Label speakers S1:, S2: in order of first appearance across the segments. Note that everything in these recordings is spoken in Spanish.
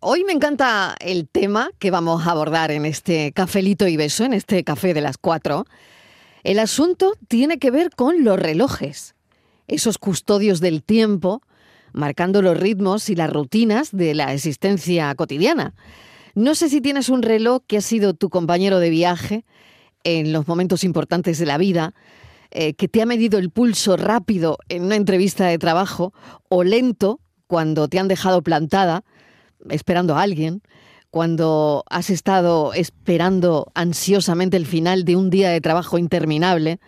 S1: Hoy me encanta el tema que vamos a abordar en este cafelito y beso, en este café de las cuatro. El asunto tiene que ver con los relojes, esos custodios del tiempo, marcando los ritmos y las rutinas de la existencia cotidiana. No sé si tienes un reloj que ha sido tu compañero de viaje en los momentos importantes de la vida, eh, que te ha medido el pulso rápido en una entrevista de trabajo o lento cuando te han dejado plantada esperando a alguien, cuando has estado esperando ansiosamente el final de un día de trabajo interminable,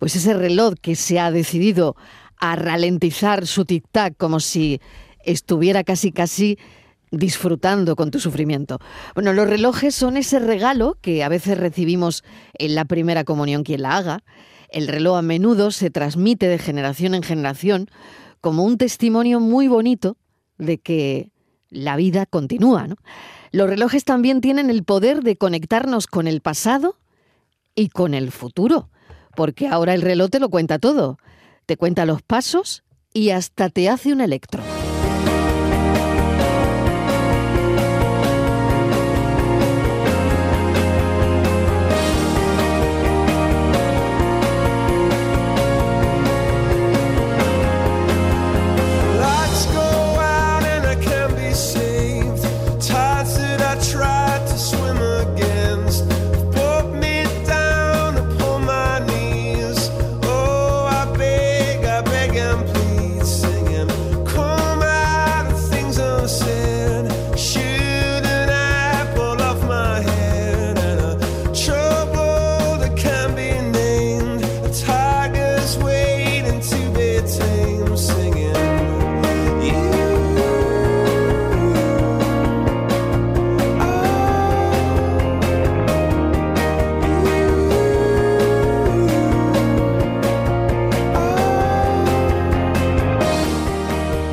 S1: pues ese reloj que se ha decidido a ralentizar su tic-tac como si estuviera casi casi disfrutando con tu sufrimiento. Bueno, los relojes son ese regalo que a veces recibimos en la primera comunión quien la haga. El reloj a menudo se transmite de generación en generación como un testimonio muy bonito de que la vida continúa. ¿no? Los relojes también tienen el poder de conectarnos con el pasado y con el futuro, porque ahora el reloj te lo cuenta todo, te cuenta los pasos y hasta te hace un electro.
S2: Lights go out and I can be saved. Tides that I tried to swim against brought me down upon my knees. Oh, I beg, I beg and plead, singing, come out of things unsaid. Shoot an apple off my head and a trouble that can be named. A tiger's waiting to be tamed, singing.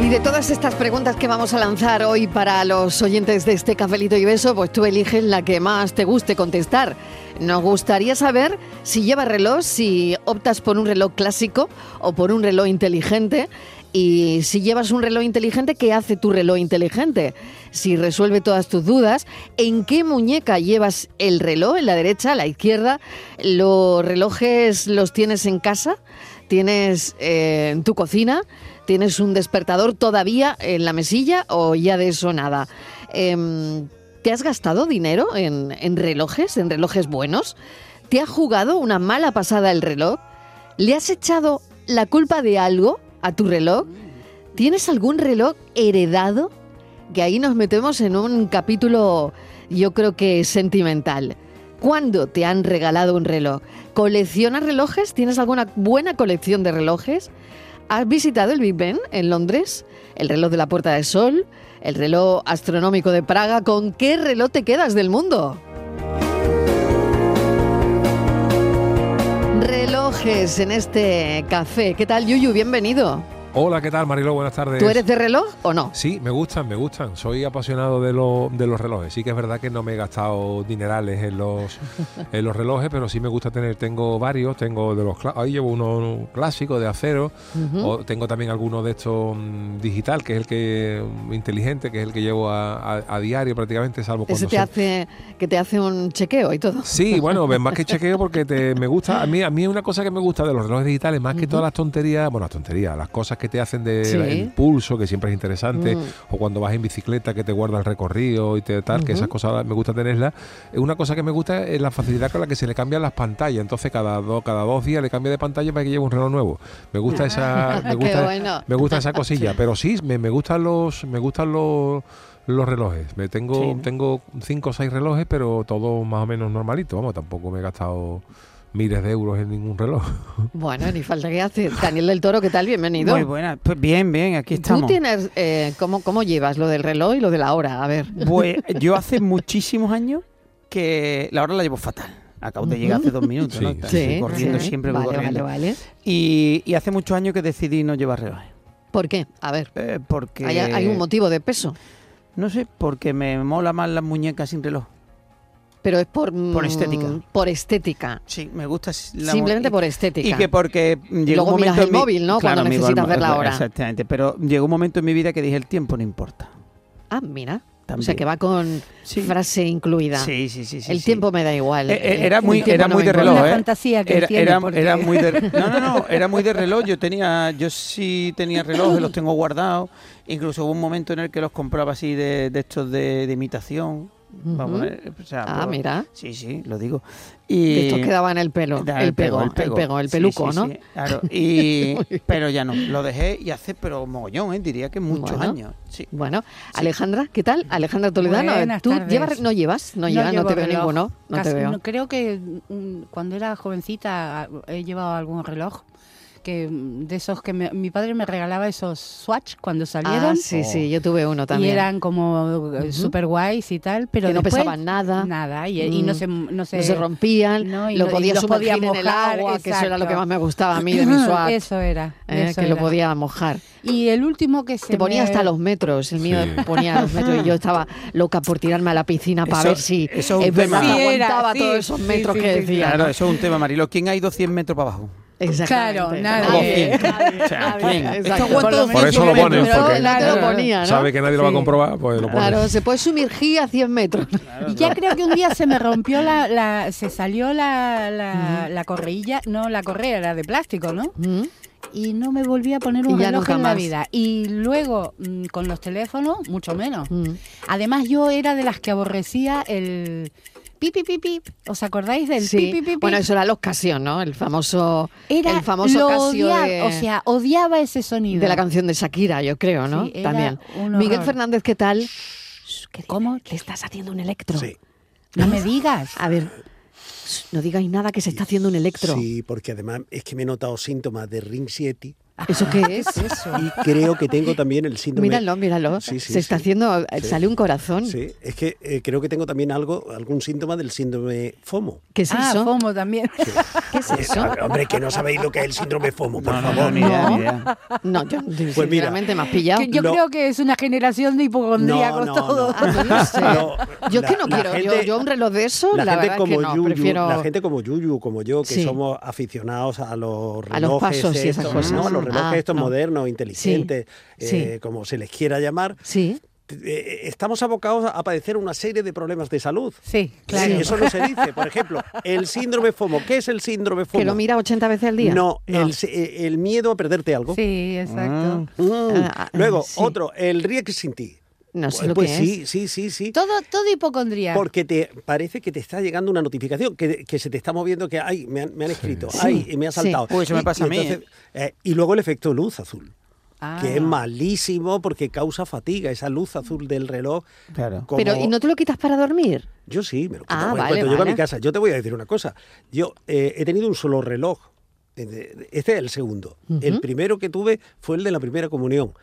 S1: Y de todas estas preguntas que vamos a lanzar hoy para los oyentes de este cafelito y beso, pues tú eliges la que más te guste contestar. Nos gustaría saber si llevas reloj, si optas por un reloj clásico o por un reloj inteligente. Y si llevas un reloj inteligente, ¿qué hace tu reloj inteligente? Si resuelve todas tus dudas, ¿en qué muñeca llevas el reloj? ¿En la derecha, la izquierda? ¿Los relojes los tienes en casa? ¿Tienes eh, en tu cocina? ¿Tienes un despertador todavía en la mesilla o ya de eso nada? Em, ¿Te has gastado dinero en, en relojes, en relojes buenos? ¿Te ha jugado una mala pasada el reloj? ¿Le has echado la culpa de algo a tu reloj? ¿Tienes algún reloj heredado? Que ahí nos metemos en un capítulo, yo creo que sentimental. ¿Cuándo te han regalado un reloj? ¿Coleccionas relojes? ¿Tienes alguna buena colección de relojes? ¿Has visitado el Big Ben en Londres? ¿El reloj de la Puerta del Sol? ¿El reloj astronómico de Praga? ¿Con qué reloj te quedas del mundo? Relojes en este café. ¿Qué tal, Yuyu? Bienvenido.
S3: Hola, ¿qué tal, Mariló? Buenas tardes.
S1: ¿Tú eres de reloj o no?
S3: Sí, me gustan, me gustan. Soy apasionado de, lo- de los relojes. Sí que es verdad que no me he gastado dinerales en los, en los relojes, pero sí me gusta tener, tengo varios, tengo de los... cla- Ahí llevo uno clásico de acero,
S4: Ujú.
S3: o tengo también alguno de estos mm, digital, que es el que mm, inteligente, que es el que llevo a, a- a diario prácticamente, salvo cuando...
S1: Ese te
S3: son-
S1: hace, que te hace un chequeo y todo.
S3: Pues Sí, bueno, ves, más que chequeo porque te, me gusta. A mí, a mí una cosa que me gusta de los relojes digitales, más que todas las tonterías, bueno, las tonterías, las cosas que te hacen de
S5: Sí.
S3: el pulso, que siempre es interesante,
S5: Mm.
S3: o cuando vas en bicicleta que te guarda el recorrido y te, tal, que
S5: Ujú.
S3: esas cosas me gusta tenerlas. Eh, Una cosa que me gusta es la facilidad con la que se le cambian las pantallas. Entonces cada dos, cada dos días le cambia de pantalla para que lleve un reloj nuevo. Me gusta esa, me
S1: Qué
S3: gusta,
S1: bueno.
S3: me gusta esa cosilla. Pero sí, me, me gustan los, me gustan los los relojes. Me tengo,
S5: Sí, ¿no?
S3: tengo cinco o seis relojes, pero todos más o menos normalitos. Vamos, tampoco me he gastado miles de euros en ningún reloj.
S1: Bueno, ni falta que hace. Daniel del Toro, ¿qué tal? Bienvenido.
S6: Muy buena. Pues bien, bien, aquí
S1: ¿Tú
S6: estamos.
S1: tienes, eh, ¿cómo, cómo llevas lo del reloj y lo de la hora? A ver.
S6: Pues yo hace muchísimos años que la hora la llevo fatal. Acabo de llegar hace dos minutos,
S3: Sí,
S6: ¿no?
S3: sí.
S6: Estoy
S3: Sí,
S6: corriendo
S3: sí.
S6: siempre, voy
S1: Vale,
S6: corriendo.
S1: vale, vale.
S6: Y, y hace muchos años que decidí no llevar relojes. Eh,
S1: ¿Por qué? A ver.
S6: porque...
S1: ¿Hay, hay un motivo de peso?
S6: No sé, porque me mola más las muñecas sin reloj.
S1: Pero es por...
S6: Por estética.
S1: mm, Por estética.
S6: Sí, me gusta... la mu-
S1: Simplemente
S6: y-
S1: por estética.
S6: Y que porque llegó
S1: Luego
S6: un momento
S1: miras
S6: en
S1: el
S6: mi-
S1: móvil, ¿no?
S6: Claro,
S1: Cuando
S6: amigo,
S1: necesitas
S6: el-
S1: ver la hora.
S6: Exactamente, pero llegó un momento en mi vida que dije el tiempo no importa.
S1: Ah, mira. O sea,
S6: También.
S1: que va con
S6: Sí.
S1: frase incluida.
S6: Sí, sí, sí. sí,
S1: el
S6: sí.
S1: tiempo me da igual.
S6: Eh, eh, era
S1: El
S6: muy,
S1: tiempo
S6: era
S1: no
S6: muy
S1: me
S6: de
S1: importa.
S6: reloj,
S4: Una
S6: ¿eh?
S4: fantasía que él
S6: era,
S4: tiene,
S6: era-
S4: porque-
S6: era muy de no, no, no, era muy de reloj. Yo tenía, yo sí tenía relojes, los tengo guardados. Incluso hubo un momento en el que los compraba así de, de estos de, de imitación. Vamos,
S1: Ujú.
S6: eh, o sea,
S1: Ah,
S6: por-
S1: mira.
S6: Sí, sí, lo digo. Y
S1: Que estos quedaban el pelo,
S6: Da,
S1: el pego, el pego, el,
S6: Sí,
S1: peluco,
S6: sí,
S1: ¿no?
S6: sí, claro. Y, pero ya no, lo dejé y hace, pero mogollón, ¿eh? diría que muchos
S1: Bueno.
S6: años. Sí.
S1: Bueno, Alejandra, ¿qué tal? Alejandra Toledano, eh,
S4: Buenas
S1: ¿tú
S4: tardes.
S1: llevas, no llevas? No, llevas, no
S4: llevo
S1: te veo
S4: reloj.
S1: ninguno. No
S4: Casi-
S1: te veo.
S4: no- creo que mm, cuando era jovencita ah, he llevado algún reloj que mm, de esos que me- mi padre me regalaba esos Swatch cuando salieron
S1: ah, sí,
S3: Oh.
S1: sí, yo tuve uno
S4: y
S1: también.
S4: eran como eh, super guays y tal, pero
S1: que no
S4: después,
S1: pesaban nada, Mm.
S4: nada y, y no se no se,
S1: no se rompían,
S4: No, y
S1: lo
S4: no- y
S1: podía
S4: los
S1: sumergir
S4: podía
S1: en el
S4: mojar,
S1: agua, que eso era lo que
S4: exacto.
S1: más me gustaba a mí de mi swatch,
S4: Eso era,
S1: eh,
S4: eso
S1: que lo
S4: era.
S1: podía mojar.
S4: Y el último que se
S1: Te ponía
S4: me-
S1: hasta los metros, el mío
S3: Sí.
S1: ponía los metros y yo estaba loca por tirarme a la piscina para
S6: Eso-
S1: ver si
S6: eso es un
S1: es verdad
S6: tema.
S1: que
S4: Sí, era,
S1: aguantaba
S4: sí,
S1: todos esos
S4: sí,
S1: metros
S4: sí,
S1: que
S4: sí, sí.
S1: decía.
S6: Claro, eso es un tema, Marilo. ¿Quién ha ido 100 metros para abajo?
S1: Exactamente.
S4: Claro,
S6: nadie.
S1: Nadie,
S6: O sea,
S1: nadie,
S6: ¿quién?
S1: exacto.
S6: Esto aguanta
S1: Por lo
S6: 200
S3: Por eso lo
S6: metros.
S3: ponen,
S1: menos,
S3: porque
S1: no te lo ponía, ¿no?
S3: sabe que nadie lo va a comprobar, pues lo ponen.
S1: Claro, se puede sumergir a 100 metros.
S4: Y ya creo que un día se me rompió la, la- se salió la, la, la correilla, no, la correa era de plástico, ¿no?
S1: ¿Mm?
S4: Y no me volví a poner
S1: Y
S4: un
S1: ya
S4: reloj
S1: nunca
S4: en la
S1: más.
S4: vida. Y luego, mm, con los teléfonos, mucho menos.
S1: Mm.
S4: Además, yo era de las que aborrecía el pip, pip, pip, pip. ¿Os acordáis del
S1: Sí.
S4: pip, pip, pip,
S1: Bueno,
S4: pip?
S1: eso era los Casio, ¿no? El famoso,
S4: Era
S1: el famoso
S4: lo
S1: Casio
S4: odiaba,
S1: de,
S4: O sea, odiaba ese sonido.
S1: de la canción de Shakira, yo creo, ¿no?
S4: Sí, era
S1: También.
S4: un
S1: Miguel
S4: horror.
S1: Fernández, ¿qué tal?
S4: ¿Cómo?
S1: Le estás haciendo un electro.
S5: Sí,
S4: No me digas.
S1: A ver, no digáis nada que se está haciendo un electro.
S5: sí, porque además es que me he notado síntomas de Ring 7
S1: ¿Eso qué es? eso?
S5: y creo que tengo también el síndrome.
S1: Míralo, míralo.
S5: Sí, sí,
S1: se está
S5: sí.
S1: haciendo,
S5: Sí.
S1: sale un corazón.
S5: Sí, es que eh, creo que tengo también algo, algún síntoma del síndrome FOMO.
S1: ¿Qué es
S4: ah,
S1: eso?
S4: FOMO también.
S1: ¿Qué es eso?
S5: Eh, hombre, que no sabéis lo que es el síndrome FOMO, por
S6: pues, No, no,
S5: favor.
S6: no, ni idea,
S1: No.
S6: ni idea.
S1: No, yo
S5: Pues mira.
S1: sinceramente me has pillado.
S4: Que yo
S5: Lo-
S4: creo que es una generación de hipocondríacos todos.
S1: Ah, yo no sé.
S5: No,
S1: Yo es que
S5: la-
S1: no
S5: la
S1: quiero. yo,
S5: gente-
S1: yo un reloj de eso, la,
S5: la, gente
S1: verdad
S5: como
S1: es que no.
S5: Yuyu,
S1: prefiero.
S5: la gente como Yuyu, como yo, que
S1: Sí.
S5: somos aficionados a los relojes,
S1: A los pasos y esas
S5: estos,
S1: cosas.
S5: ¿no? los relojes
S1: Ah,
S5: estos
S1: no.
S5: modernos, inteligentes,
S1: Sí,
S5: eh, como se les quiera llamar,
S1: Sí.
S5: eh, estamos abocados a padecer una serie de problemas de salud.
S4: Sí,
S5: Sí,
S4: claro.
S5: eso no se dice. Por ejemplo, el síndrome FOMO. ¿Qué es el síndrome FOMO?
S1: Que lo mira 80 veces al día.
S5: No, El, se- eh, el miedo a perderte algo.
S4: Sí, exacto.
S5: Mm.
S1: Ah, ah,
S5: Luego,
S1: sí.
S5: otro, el riesgo sin ti.
S1: No sé
S5: Pues,
S1: lo
S5: pues
S1: que
S5: sí,
S1: es.
S5: sí, sí, sí.
S4: Todo, todo hipocondría.
S5: Porque te parece que te está llegando una notificación, que, que se te está moviendo, que ay, me han, me han escrito,
S1: Sí.
S5: ay, me ha
S1: Sí.
S5: saltado.
S6: Uy, eso me
S5: Y-
S6: pasa
S5: y
S6: a mí,
S5: entonces, eh, y luego el efecto luz azul,
S4: Ah.
S5: que es malísimo porque causa fatiga, esa luz azul del reloj.
S6: Claro.
S5: como-
S1: Pero, ¿y no te lo quitas para dormir?
S5: Yo sí, me lo quito.
S1: Ah,
S5: Bueno,
S1: vale,
S5: cuando llego
S1: vale.
S5: a mi casa, yo te voy a decir una cosa. Yo eh, he tenido un solo reloj. Eh, de- Este es el segundo. El primero que tuve fue el de la primera comunión.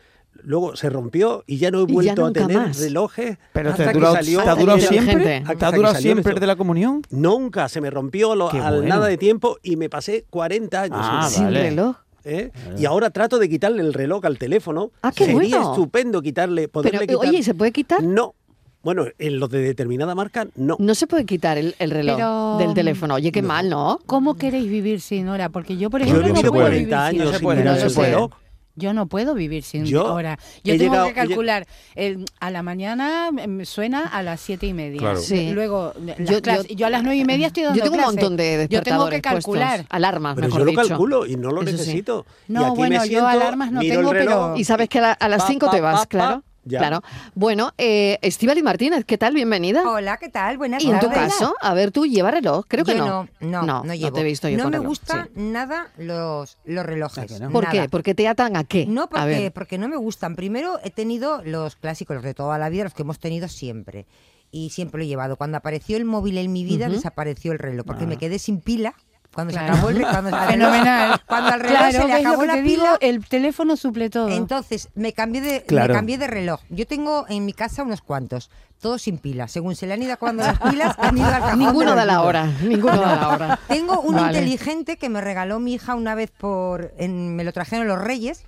S5: Luego se rompió y ya no he
S1: Y ya
S5: vuelto a
S1: nunca
S5: tener
S1: más.
S5: relojes.
S6: Pero te
S5: hasta
S6: ha
S5: que
S6: durado,
S5: salió
S6: ¿te ha
S1: hasta
S6: durado
S5: el-
S1: que salió
S6: siempre,
S1: esto.
S6: ¿Te
S5: Hasta
S6: ha
S5: que
S6: durado
S5: salió
S6: siempre
S5: esto.
S6: el de la comunión.
S5: Nunca se me rompió lo-
S6: Qué
S5: al
S6: bueno.
S5: nada de tiempo y me pasé 40 años.
S6: Ah,
S5: sin-
S1: Sin
S6: vale.
S1: reloj.
S5: ¿eh? Y ahora trato de quitarle el reloj al teléfono.
S1: Ah, qué
S5: Sería
S1: bueno.
S5: estupendo quitarle,
S1: Pero,
S5: poderle
S1: eh,
S5: quitar-
S1: oye, ¿se puede quitar?
S5: No. Bueno, en los de determinada marca, no.
S1: No se puede quitar el, el reloj
S4: Pero-
S1: del teléfono. Oye, qué mal, ¿no?
S4: ¿Cómo queréis vivir sin hora? Porque yo, por
S5: Yo
S4: ejemplo,
S5: he vivido
S4: no puedo
S5: 40
S4: vivir
S5: años
S4: sin
S5: sin
S6: puede,
S5: mirar
S6: no se
S5: el
S6: puede.
S5: reloj.
S4: Yo no puedo vivir sin
S5: Yo
S4: hora. Yo
S5: he
S4: tengo
S5: llegado-
S4: que calcular. el- a la mañana me suena a las siete y media.
S3: Claro.
S1: Sí.
S4: Luego, las
S1: Yo- yo-
S4: clases- yo, a las nueve y media estoy
S1: Yo
S4: dando
S1: tengo un
S4: clase.
S1: montón de
S4: Yo tengo que
S1: despertadores puestos.
S4: calcular.
S1: Alarmas,
S5: Pero
S1: mejor
S5: yo lo
S1: dicho.
S5: calculo y no lo
S1: Eso sí.
S5: necesito. Y
S4: No,
S5: aquí me
S4: bueno, yo
S5: siento,
S4: alarmas no
S5: miro el
S4: tengo,
S5: reloj.
S4: pero-
S1: Y sabes que a, la- a las
S5: Pa,
S1: 5 te
S5: pa,
S1: vas,
S5: pa, pa.
S1: claro.
S5: Ya.
S1: Claro. Bueno, eh, Estíbaliz Martínez, ¿qué tal? Bienvenida.
S7: Hola, ¿qué tal? Buenas
S1: Y en tu
S7: tardes.
S1: caso, a ver, tú lleva reloj, creo que
S7: Yo
S1: no.
S7: no, no, no llevo.
S1: te he visto yo
S7: No
S1: con
S7: me
S1: reloj,
S7: gustan
S1: sí.
S7: nada los,
S6: ¿A
S7: los relojes.
S6: que no?
S1: ¿Por
S7: nada.
S1: qué? ¿Porque te atan a qué?
S7: No,
S1: A
S7: porque,
S1: ver.
S7: porque no me gustan. Primero he tenido los clásicos, los de toda la vida, los que hemos tenido siempre. Y siempre lo he llevado. Cuando apareció el móvil en mi vida, desapareció el reloj, porque
S1: Ah.
S7: me quedé sin pila. Cuando
S4: Claro.
S7: se acabó el re- cuando se-
S4: Fenomenal.
S7: Cuando al reloj
S4: Claro,
S7: se le
S4: ¿ves lo
S7: acabó
S4: que
S7: la
S4: te
S7: pila,
S4: digo? el teléfono suple todo.
S7: entonces, me cambié, de,
S5: Claro.
S7: me cambié de reloj. Yo tengo en mi casa unos cuantos, todos sin pila. Según se le han ido acabando las pilas, han ido al cajón de
S1: Ninguno
S7: los
S1: da la
S7: libros.
S1: hora. Ninguno da la hora.
S7: Tengo un
S1: Vale.
S7: inteligente que me regaló mi hija una vez por. en- me lo trajeron los Reyes.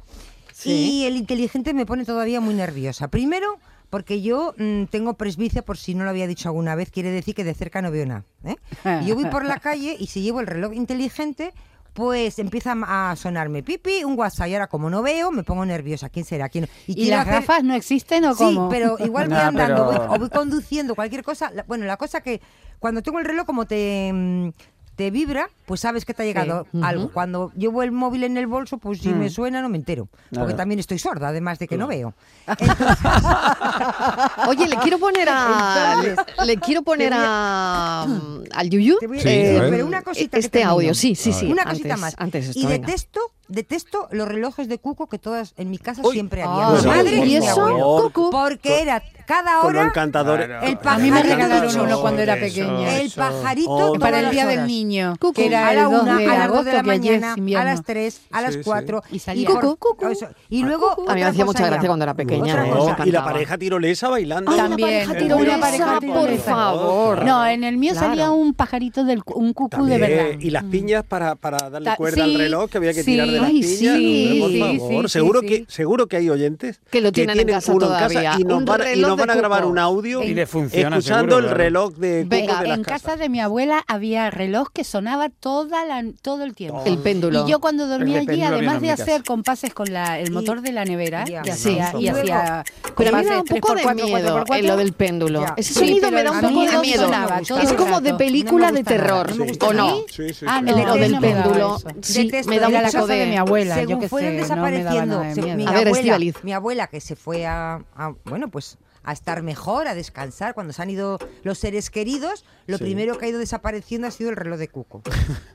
S1: Sí.
S7: Y el inteligente me pone todavía muy nerviosa. Primero, porque yo mm, tengo presbicia, por si no lo había dicho alguna vez, quiere decir que de cerca no veo nada. ¿eh? Y Yo voy por la calle y si llevo el reloj inteligente, pues empieza a sonarme pipi, un WhatsApp. Y ahora, como no veo, me pongo nerviosa. ¿Quién será? ¿Quién no?
S4: ¿Y,
S7: quiero
S4: las
S7: hacer-
S4: gafas no existen o
S7: Sí,
S4: cómo? Ah,
S7: pero igual voy
S6: Nah,
S7: andando
S6: pero-
S7: voy- o voy conduciendo, cualquier cosa. La- bueno, la cosa que cuando tengo el reloj como te, mm, te vibra, pues sabes que te ha llegado
S1: Sí.
S7: algo.
S1: Ujú.
S7: Cuando llevo el móvil en el bolso, pues si
S4: Mm.
S7: me suena no me entero. Porque
S6: Claro.
S7: también estoy sorda, además de que no veo. Entonces,
S1: Oye, le quiero poner a.
S7: Entonces,
S1: le, le quiero poner
S7: te voy
S1: a, mm, al Yuyu.
S7: te voy a
S3: Sí,
S7: decir,
S3: a ver.
S7: pero una cosita. que
S1: Este
S7: termino.
S1: audio, sí, sí,
S3: A ver.
S1: sí.
S7: Una
S1: antes-
S7: cosita más.
S1: Antes esto,
S7: y
S1: venga.
S7: detesto, detesto los relojes de cuco que todas en mi casa
S5: Uy. Pues
S7: siempre
S4: Ah,
S7: había. Mi
S5: Bueno,
S7: madre
S5: por
S1: ¿Y
S7: mi
S1: eso,
S5: favor.
S1: Cucu?
S7: Porque era cada
S5: Con lo
S7: hora
S5: encantador.
S6: Claro.
S7: el
S4: A mí me
S7: pajarito.
S4: regalaron uno cuando era
S6: Eso,
S4: pequeña.
S7: El
S6: Eso.
S7: pajarito
S5: Oh,
S7: todas
S4: para el
S7: las
S4: día del
S7: horas.
S4: niño,
S1: Cucu.
S4: que era
S7: a la
S4: el 2
S7: una,
S4: de
S7: a las dos
S4: agosto,
S7: de la
S4: que ayer es
S7: mañana, a
S4: invierno.
S7: las 3, a las
S3: Sí, sí.
S7: 4.
S4: Y salía.
S1: Cucu, cucu.
S7: Eso. Y luego.
S1: A mí me
S7: otra
S1: hacía mucha
S7: cosa
S1: gracia
S7: ya.
S1: cuando era pequeña.
S7: Otra
S1: ¿eh?
S5: No,
S1: Me
S7: cosa.
S5: y la
S1: encantaba.
S5: pareja tirolesa bailando.
S1: Ay, la
S4: También.
S1: pareja
S4: Una
S1: tirolesa,
S4: pareja
S1: por
S4: tirolesa.
S1: favor.
S4: No, en el mío
S1: Claro.
S4: salía un pajarito, del, cu- un cucú
S5: También,
S4: de verdad.
S5: Y las
S1: Mm.
S5: piñas para, para darle
S4: Ta-
S5: cuerda
S4: sí,
S5: al reloj, que había que
S4: sí.
S5: tirar de las
S1: Ay,
S5: piñas.
S1: sí,
S5: Hombre, por
S1: sí,
S5: favor,
S4: sí, sí,
S5: seguro,
S4: sí.
S5: Que, seguro que hay oyentes
S1: Que lo tienen en casa
S5: uno
S1: todavía.
S5: y nos,
S1: Un
S5: van, a- y
S1: reloj
S5: nos
S1: de
S5: van a grabar
S1: cuco.
S5: un audio
S6: Y le funciona,
S5: escuchando
S6: seguro,
S5: el
S6: claro.
S5: reloj de cuco
S1: Venga,
S5: de las
S4: en casa
S5: casas.
S4: de mi abuela había reloj que sonaba toda la, todo el tiempo.
S1: El péndulo.
S4: Y yo cuando dormía
S6: El de
S4: allí,
S6: péndulo
S4: además de
S6: viene en mi
S4: hacer compases con la, el motor de la nevera,
S7: Ya.
S4: que hacía,
S1: Sí.
S4: y
S1: Pero a
S4: hacía
S1: mí me da
S4: compases
S1: un poco de
S4: 3x4,
S7: eh,
S1: miedo
S4: 4x4.
S1: en lo del péndulo.
S7: Ya.
S1: Ese
S4: Sí,
S1: sonido
S4: pero
S1: me da un
S4: a mí
S1: poco de
S4: eso
S1: miedo.
S4: sonaba todo
S1: Es
S4: el
S1: como de
S4: rato.
S1: película
S7: No me
S1: de
S7: gusta nada,
S1: terror,
S7: no me gusta
S1: ¿o
S4: nada.
S1: no?
S3: Sí, sí.
S4: Ah,
S3: sí.
S4: no,
S1: lo
S4: a mí
S1: del
S4: no me daba
S1: péndulo.
S4: eso.
S1: Sí,
S7: Detesto
S1: me da
S7: ir
S1: un
S7: a la
S1: poco
S4: casa de mi
S1: de...
S4: abuela. yo
S7: según
S4: qué
S7: fueron
S4: sé, no me daba
S7: desapareciendo,
S4: nada de
S7: según mi,
S1: miedo. A ver,
S7: abuela,
S1: Estíbaliz.
S7: mi abuela que se fue a, a, bueno, pues a estar mejor, a descansar, cuando se han ido los seres queridos, lo primero que ha ido desapareciendo ha sido el reloj de cuco.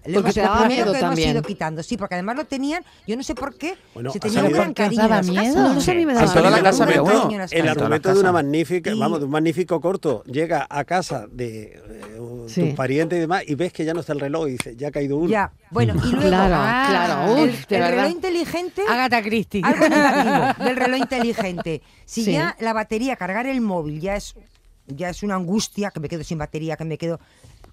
S7: Lo
S1: Porque
S7: hemos-
S1: te
S7: lo
S1: daba
S7: primero
S1: miedo
S7: que hemos
S1: también.
S7: ido quitando, sí, porque además lo tenían, yo no sé por qué,
S5: Bueno,
S7: se
S5: ha
S7: tenían un
S5: salido-
S7: gran
S5: Porque
S4: os
S7: cariño.
S4: daba
S7: en las
S4: miedo.
S7: casas.
S1: No, no sé, a mí me
S6: En
S1: daba
S6: toda la
S1: miedo.
S6: casa había
S5: El
S6: uno.
S7: argumento-
S5: el
S6: En todas las
S5: argumento de una
S6: casas.
S5: magnífica,
S7: Y-
S5: vamos, de un magnífico corto, llega a casa de eh, un-
S1: Sí.
S5: tu pariente y demás y ves que ya no está el reloj y dices, ya ha caído uno.
S7: Ya, bueno, y luego
S1: Claro,
S4: Ah,
S1: claro. Uy,
S7: el,
S1: de
S7: el reloj
S1: verdad.
S7: inteligente
S4: Agatha Christie.
S7: Algo negativo del reloj inteligente. Si
S1: Sí.
S7: ya la batería, cargar el móvil, ya es, ya es una angustia, que me quedo sin batería, que me quedo...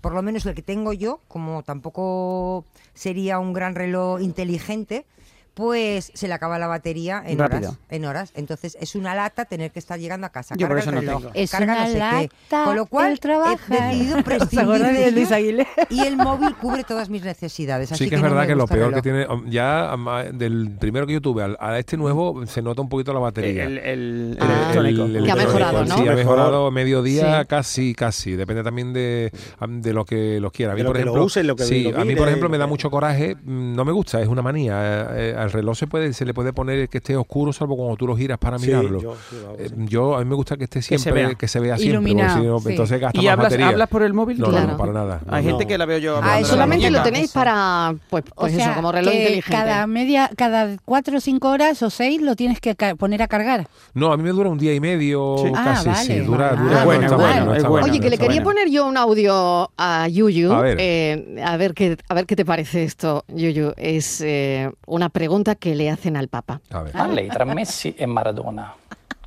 S7: Por lo menos el que tengo yo, como tampoco sería un gran reloj inteligente, pues se le acaba la batería en
S6: Rápido.
S7: horas. En horas. Entonces es una lata tener que estar llegando a casa.
S6: Yo por
S7: Carga
S6: eso
S7: el
S6: no
S7: reloj,
S6: tengo.
S4: Es
S7: carga
S4: una
S7: no sé qué.
S4: lata
S7: Con lo cual
S4: el trabajar.
S7: he decidido prescindir
S4: acuerdan
S7: de
S4: de Luis
S7: ella
S4: Aguilera?
S7: y el móvil cubre todas mis necesidades. Así
S3: sí que es verdad que lo peor que
S7: tiene
S3: tiene, um, ya um, a- del primero que yo tuve al- a este nuevo, se nota un poquito la
S6: El,
S3: batería.
S6: el, el
S1: Ah.
S6: electrónico.
S3: El- el
S1: Que ha
S3: electrónico,
S1: mejorado,
S3: Sí,
S1: ¿no?
S3: ha mejorado mediodía
S1: Sí.
S3: casi, casi. Depende también de, de lo que los quiera. A mí,
S5: De lo
S3: por
S5: que lo
S3: ejemplo,
S5: use, lo que
S3: sí,
S5: lo
S3: a mí,
S5: mire,
S3: por ejemplo,
S5: lo
S3: me da
S5: que-
S3: mucho coraje. mm, No me gusta, es una manía. Eh, eh, Al reloj se puede se le puede poner que esté oscuro, salvo cuando tú lo giras para
S5: Sí,
S3: mirarlo.
S5: yo- yo lo hago,
S3: Eh,
S5: sí.
S3: yo- a mí me gusta que esté
S6: se
S3: siempre,
S6: vea.
S3: que se vea, siempre. porque
S4: Iluminado,
S3: si no,
S4: sí.
S3: Entonces gasta
S6: ¿Y
S3: más
S6: hablas,
S3: batería.
S6: hablas por el móvil?
S3: No,
S6: tú?
S3: no,
S1: Claro.
S3: no, para nada.
S6: Hay
S3: No,
S6: gente
S3: no.
S6: que la veo yo. hablando
S1: Ah,
S6: de
S1: y
S6: la
S1: solamente lo
S6: muñeca.
S1: tenéis para, pues, pues eso, como reloj
S4: que
S1: inteligente.
S4: Cada media, cada cuatro o cinco horas o seis lo tienes que ca- poner a cargar.
S3: No, a mí me dura un día y medio,
S6: Sí.
S4: Ah,
S3: casi,
S4: vale.
S3: sí, dura,
S4: Ah,
S3: dura,
S6: bueno,
S3: no está
S6: bueno,
S3: bueno, no
S6: es
S3: está
S6: bueno.
S1: eh, Oye, que le
S3: no está
S1: quería
S3: bueno.
S1: poner yo un audio a Yuyu.
S3: A ver.
S1: Eh, a, ver qué, a ver qué te parece esto, Yuyu. Es eh, una pregunta que le hacen al Papa.
S3: A ver,
S8: A lei tra Messi e Maradona,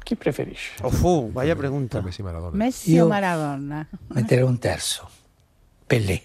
S8: chi preferisce?
S6: Ofu, vaya pregunta.
S3: Messi Maradona.
S4: Messi o
S8: Yo-
S4: Maradona.
S8: Mettere un terzo, Pelé.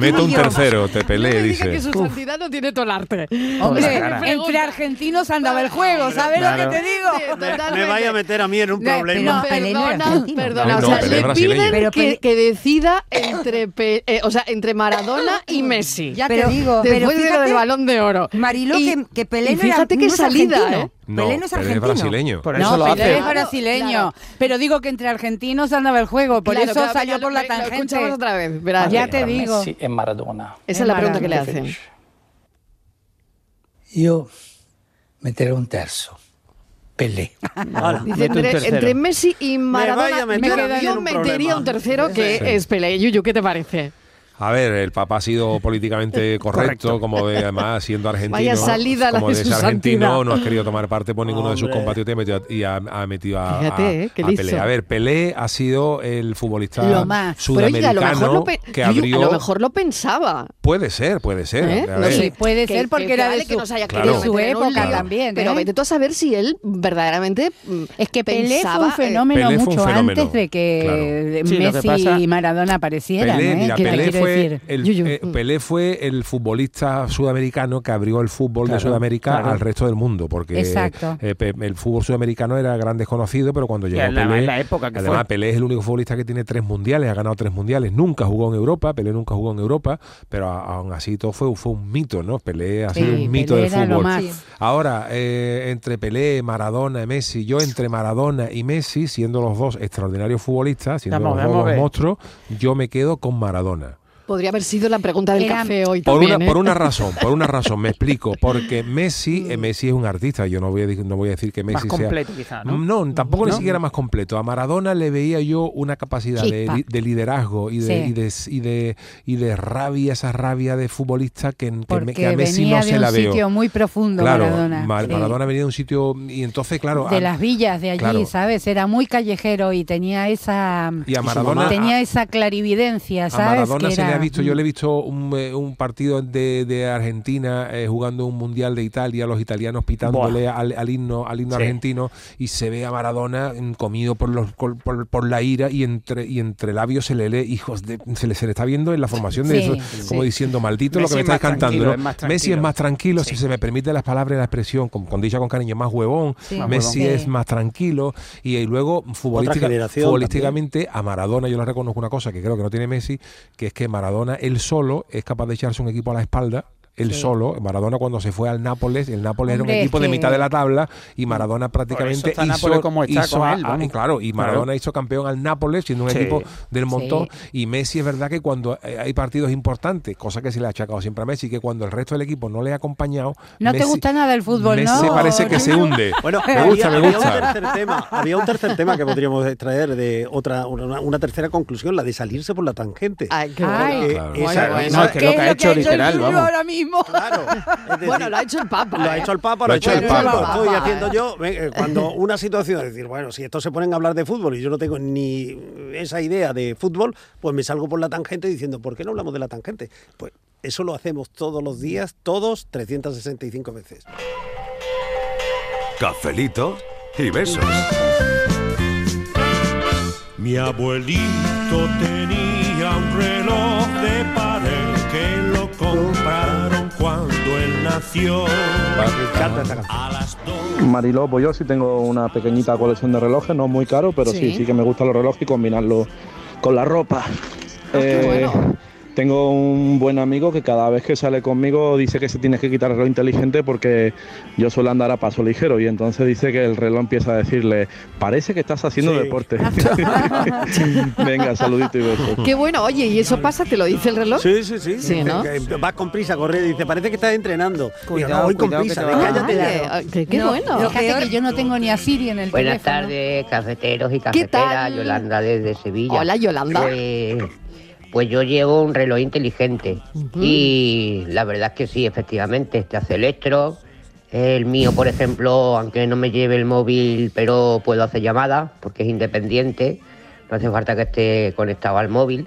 S3: Meto un tercero, te peleé, dice.
S1: santidad no tiene tolarte.
S6: Hombre,
S4: Entre argentinos andaba el juego, ¿sabes lo
S6: Claro.
S4: que te digo?
S5: Me vaya a meter a mí en un
S4: No,
S5: problema.
S7: pero- Pelé no era
S1: perdona,
S7: argentino.
S1: perdona.
S3: No,
S1: o
S3: no,
S1: sea,
S3: Pelé es
S1: le piden
S3: brasileño.
S7: Pero
S1: que,
S7: Pelé-
S1: que decida entre, Pe- eh, o sea, entre Maradona y Messi.
S4: Ya
S7: Pero-
S4: te digo.
S7: pero
S1: Después de lo
S7: fíjate,
S1: del balón de oro.
S7: Marilo,
S1: Y-
S7: que, que Pelé
S1: y
S7: no era-
S1: fíjate qué
S7: no es
S1: salida,
S7: argentino.
S3: No,
S7: Pelé no ¿Eh? es
S3: Pelé
S7: argentino.
S3: brasileño.
S6: Por
S4: No,
S6: eso lo
S4: Pelé
S6: hace.
S4: es brasileño.
S1: Claro.
S4: Pero digo que entre argentinos andaba el juego, por
S1: Claro,
S4: eso
S1: claro,
S4: salió
S1: ya lo-
S4: por la
S1: lo
S4: tangente.
S1: escuchamos otra vez, verás.
S4: Ya
S8: Lei
S4: te
S8: tra
S4: digo.
S8: Messi e Maradona,
S1: Esa es la
S4: Es
S1: pregunta que le
S4: maravilla.
S1: hacen.
S8: preferisce? Io metterei un terzo, Pelé.
S5: Ala.
S1: Dice,
S6: Mete un
S1: entre,
S6: tercero.
S1: entre Messi y
S5: vaya
S1: Maradona,
S5: a meter
S1: yo-
S5: a mí en
S1: yo
S5: un
S1: metería
S5: problema.
S1: un tercero que
S3: Sí.
S1: es Pelé. Yuyu, ¿qué te parece?
S3: A ver, el Papa ha sido políticamente correcto,
S6: Correcto.
S3: como de, además siendo argentino.
S1: Vaya salida la
S3: como
S1: de
S3: de
S1: su
S3: ser argentino,
S1: santidad.
S3: no has querido tomar parte por ninguno de sus
S5: Hombre.
S3: compatriotas y metió a- y ha, ha metido a,
S1: Fíjate,
S3: a-
S1: ¿eh? Qué
S3: a
S1: liso.
S3: Pelé. A ver, Pelé ha sido el futbolista
S4: Lo más.
S1: Pero oye, a lo mejor
S3: sudamericano
S1: lo, pe-
S3: que
S1: Yuyu,
S3: abrió.
S1: a lo mejor lo pensaba.
S3: Puede ser, puede ser.
S1: ¿eh?
S3: A
S1: No
S3: ver.
S1: sé.
S4: Sí, puede
S1: Que-
S4: ser porque
S1: que
S4: era
S1: vale
S4: de
S1: que
S4: su-
S1: nos haya
S3: Claro.
S1: querido
S3: de su
S1: meter en un
S4: época
S1: lío.
S4: también,
S1: Pero
S4: ¿eh?
S1: vete tú a saber si él verdaderamente mm,
S4: Es que Pelé fue
S1: pensaba,
S4: un
S1: eh,
S4: fenómeno
S3: Pelé fue un
S4: mucho
S3: fenómeno,
S4: antes de que
S3: claro.
S6: Sí, lo que
S4: Messi
S6: pasa-
S4: y Maradona aparecieran.
S3: Pelé,
S4: ¿eh?
S3: mira,
S4: Que te
S3: Pelé
S4: quiero
S3: fue fue
S4: decir. Mm.
S3: el,
S1: Yuyu.
S3: eh, Pelé fue el futbolista sudamericano que abrió el fútbol
S6: Claro,
S3: de Sudamérica
S6: claro.
S3: al resto del mundo, porque
S4: Exacto.
S3: eh, Pe- el fútbol sudamericano era gran desconocido, pero cuando llegó
S6: además
S3: Pelé,
S6: en la época que
S3: además
S6: fue.
S3: Pelé es el único futbolista que tiene tres mundiales, ha ganado tres mundiales, nunca jugó en Europa, Pelé nunca jugó en Europa, pero a- aún así todo fue, fue un mito, ¿no? Pelé ha
S4: Sí,
S3: sido un mito
S4: Pelé
S3: del
S4: era lo
S3: fútbol.
S4: más.
S1: Sí.
S3: Ahora, eh, entre Pelé, Maradona y Messi, yo entre Maradona y Messi, siendo los dos extraordinarios futbolistas, siendo
S6: Vamos,
S3: los
S6: vamos
S3: dos
S6: a ver.
S3: monstruos, yo me quedo con Maradona.
S1: Podría haber sido la pregunta del
S4: Era-
S1: café hoy
S3: Por,
S1: también.
S3: una,
S1: ¿eh?
S3: por una razón, por una razón, me explico. Porque Messi,
S4: Mm.
S3: eh, Messi es un artista, yo no voy a, di- no voy a decir que
S6: Más
S3: Messi sea...
S6: completo, quizá, ¿no?
S3: tampoco
S6: ¿No?
S3: ni siquiera más completo. A Maradona le veía yo una capacidad de,
S4: Chispa.
S3: li- de liderazgo y de,
S4: Sí.
S3: y, de, y, de, y de rabia, esa rabia de futbolista que, que me- que
S4: Porque
S3: a Messi
S4: venía
S3: no
S4: de
S3: se
S4: un
S3: la veo.
S4: sitio muy profundo,
S3: claro,
S4: Maradona.
S3: Mar-
S4: Sí.
S3: Maradona venía de un sitio... Y entonces, claro...
S4: de
S3: a-
S4: las villas de allí,
S3: claro.
S4: ¿sabes? Era muy callejero y tenía esa
S3: y a
S5: su
S3: Maradona...
S5: mamá.
S4: tenía esa clarividencia,
S3: A
S4: ¿sabes?
S3: Maradona
S4: Que
S3: se le
S4: era- Mm.
S3: ha visto, yo le he visto un, eh, un partido de, de Argentina eh, jugando un mundial de Italia, los italianos pitándole al, al himno, al himno
S6: Sí.
S3: argentino, y se ve a Maradona mm, comido por los col- por, por la ira y entre y entre labios se le lee, hijos de, se le se le está viendo en la formación de
S4: Sí,
S3: eso, como
S4: sí.
S3: diciendo maldito lo
S6: Messi
S3: que me
S6: es
S3: estás
S6: más
S3: cantando.
S6: tranquilo,
S3: ¿no?
S6: es más
S3: Messi es
S6: tranquilo.
S3: más tranquilo,
S6: Sí.
S3: si se me permite las palabras y la expresión, con, con dicha con cariño, más huevón,
S4: Sí.
S6: Más
S3: Messi
S4: huevón.
S3: es
S4: Sí.
S3: más tranquilo, y, y luego futbolística-
S5: generación
S3: futbolísticamente Realmente, a Maradona yo le reconozco una cosa que creo que no tiene Messi, que es que Maradona él solo es capaz de echarse un equipo a la espalda. Él
S4: Sí.
S3: solo, Maradona cuando se fue al Nápoles, el Nápoles era
S4: Hombre,
S3: un
S4: es
S3: equipo de
S4: que-
S3: mitad de la tabla y Maradona prácticamente
S6: está
S3: hizo,
S6: Nápoles como está
S3: hizo
S6: con
S3: a-
S6: él,
S3: a-
S6: vamos.
S3: y claro, y Maradona
S6: Claro.
S3: hizo campeón al Nápoles siendo un
S6: Sí.
S3: equipo del montón
S4: Sí.
S3: y Messi es verdad que cuando eh, hay partidos importantes, cosa que se le ha achacado siempre a Messi, que cuando el resto del equipo no le ha acompañado,
S4: No te
S3: Messi-
S4: gusta nada el fútbol,
S3: Messi
S4: ¿no?
S3: parece que se hunde.
S5: Bueno,
S3: me gusta, me
S5: había, Había un,
S3: gusta.
S5: tercer tema, había un tercer tema que podríamos extraer de otra, una, una tercera conclusión, la de salirse por la tangente.
S1: Ay, qué
S4: Ay,
S1: bueno.
S5: Eh,
S3: Claro.
S5: esa-
S6: Bueno,
S5: esa-
S6: es que lo que ha hecho literal,
S4: el Junior
S6: vamos.
S4: ahora mismo.
S5: Claro. es decir,
S1: Bueno, lo ha hecho el Papa.
S5: Lo ha
S1: ¿eh?
S5: hecho el Papa,
S3: Lo ha hecho el
S5: yo,
S3: Papa.
S5: Lo estoy
S1: Papa,
S5: haciendo
S1: eh.
S5: yo. eh, eh, Cuando una situación, es decir, bueno, si estos se ponen a hablar de fútbol y yo no tengo ni esa idea de fútbol, pues me salgo por la tangente diciendo, ¿por qué no hablamos de la tangente? Pues eso lo hacemos todos los días, todos 365 veces.
S9: Cafelito y besos.
S10: Mi abuelito tenía un reloj de pared que lo compraron cuando él nació.
S5: Me encanta esta canción.
S10: A las dos.
S11: Mariló, pues yo sí tengo una pequeñita colección de relojes, no muy caro, pero sí,
S1: Sí.
S11: sí, que me gustan los relojes y combinarlos con la ropa.
S1: Ah,
S11: Eh,
S1: qué bueno.
S11: Tengo un buen amigo que cada vez que sale conmigo dice que se tiene que quitar el reloj inteligente porque yo suelo andar a paso ligero y entonces dice que el reloj empieza a decirle, parece que estás haciendo
S5: Sí.
S11: deporte. Venga, saludito y besos.
S1: Qué bueno, oye, ¿y eso pasa? ¿Te lo dice el reloj?
S5: Sí, sí, sí.
S1: Sí, ¿no?
S5: Que Vas con prisa, corriendo y dice, parece que estás entrenando. Digo,
S6: Cuidado,
S5: no, voy con
S6: cuidado, que
S5: prisa,
S6: te
S5: ven,
S6: va-
S5: cállate ya.
S1: Vale, Ah, qué, qué
S4: No,
S1: bueno.
S4: Fíjate que yo no tengo ni a Siri en el
S12: Buenas
S4: teléfono.
S12: tardes, cafeteros y
S1: ¿Qué
S12: cafeteras.
S1: tal?
S12: Yolanda desde Sevilla.
S1: Hola, Yolanda.
S12: Pues, pues yo llevo un reloj inteligente. Y la verdad es que sí, efectivamente, este hace electro. El mío, por ejemplo, aunque no me lleve el móvil, pero puedo hacer llamadas porque es independiente. No hace falta que esté conectado al móvil.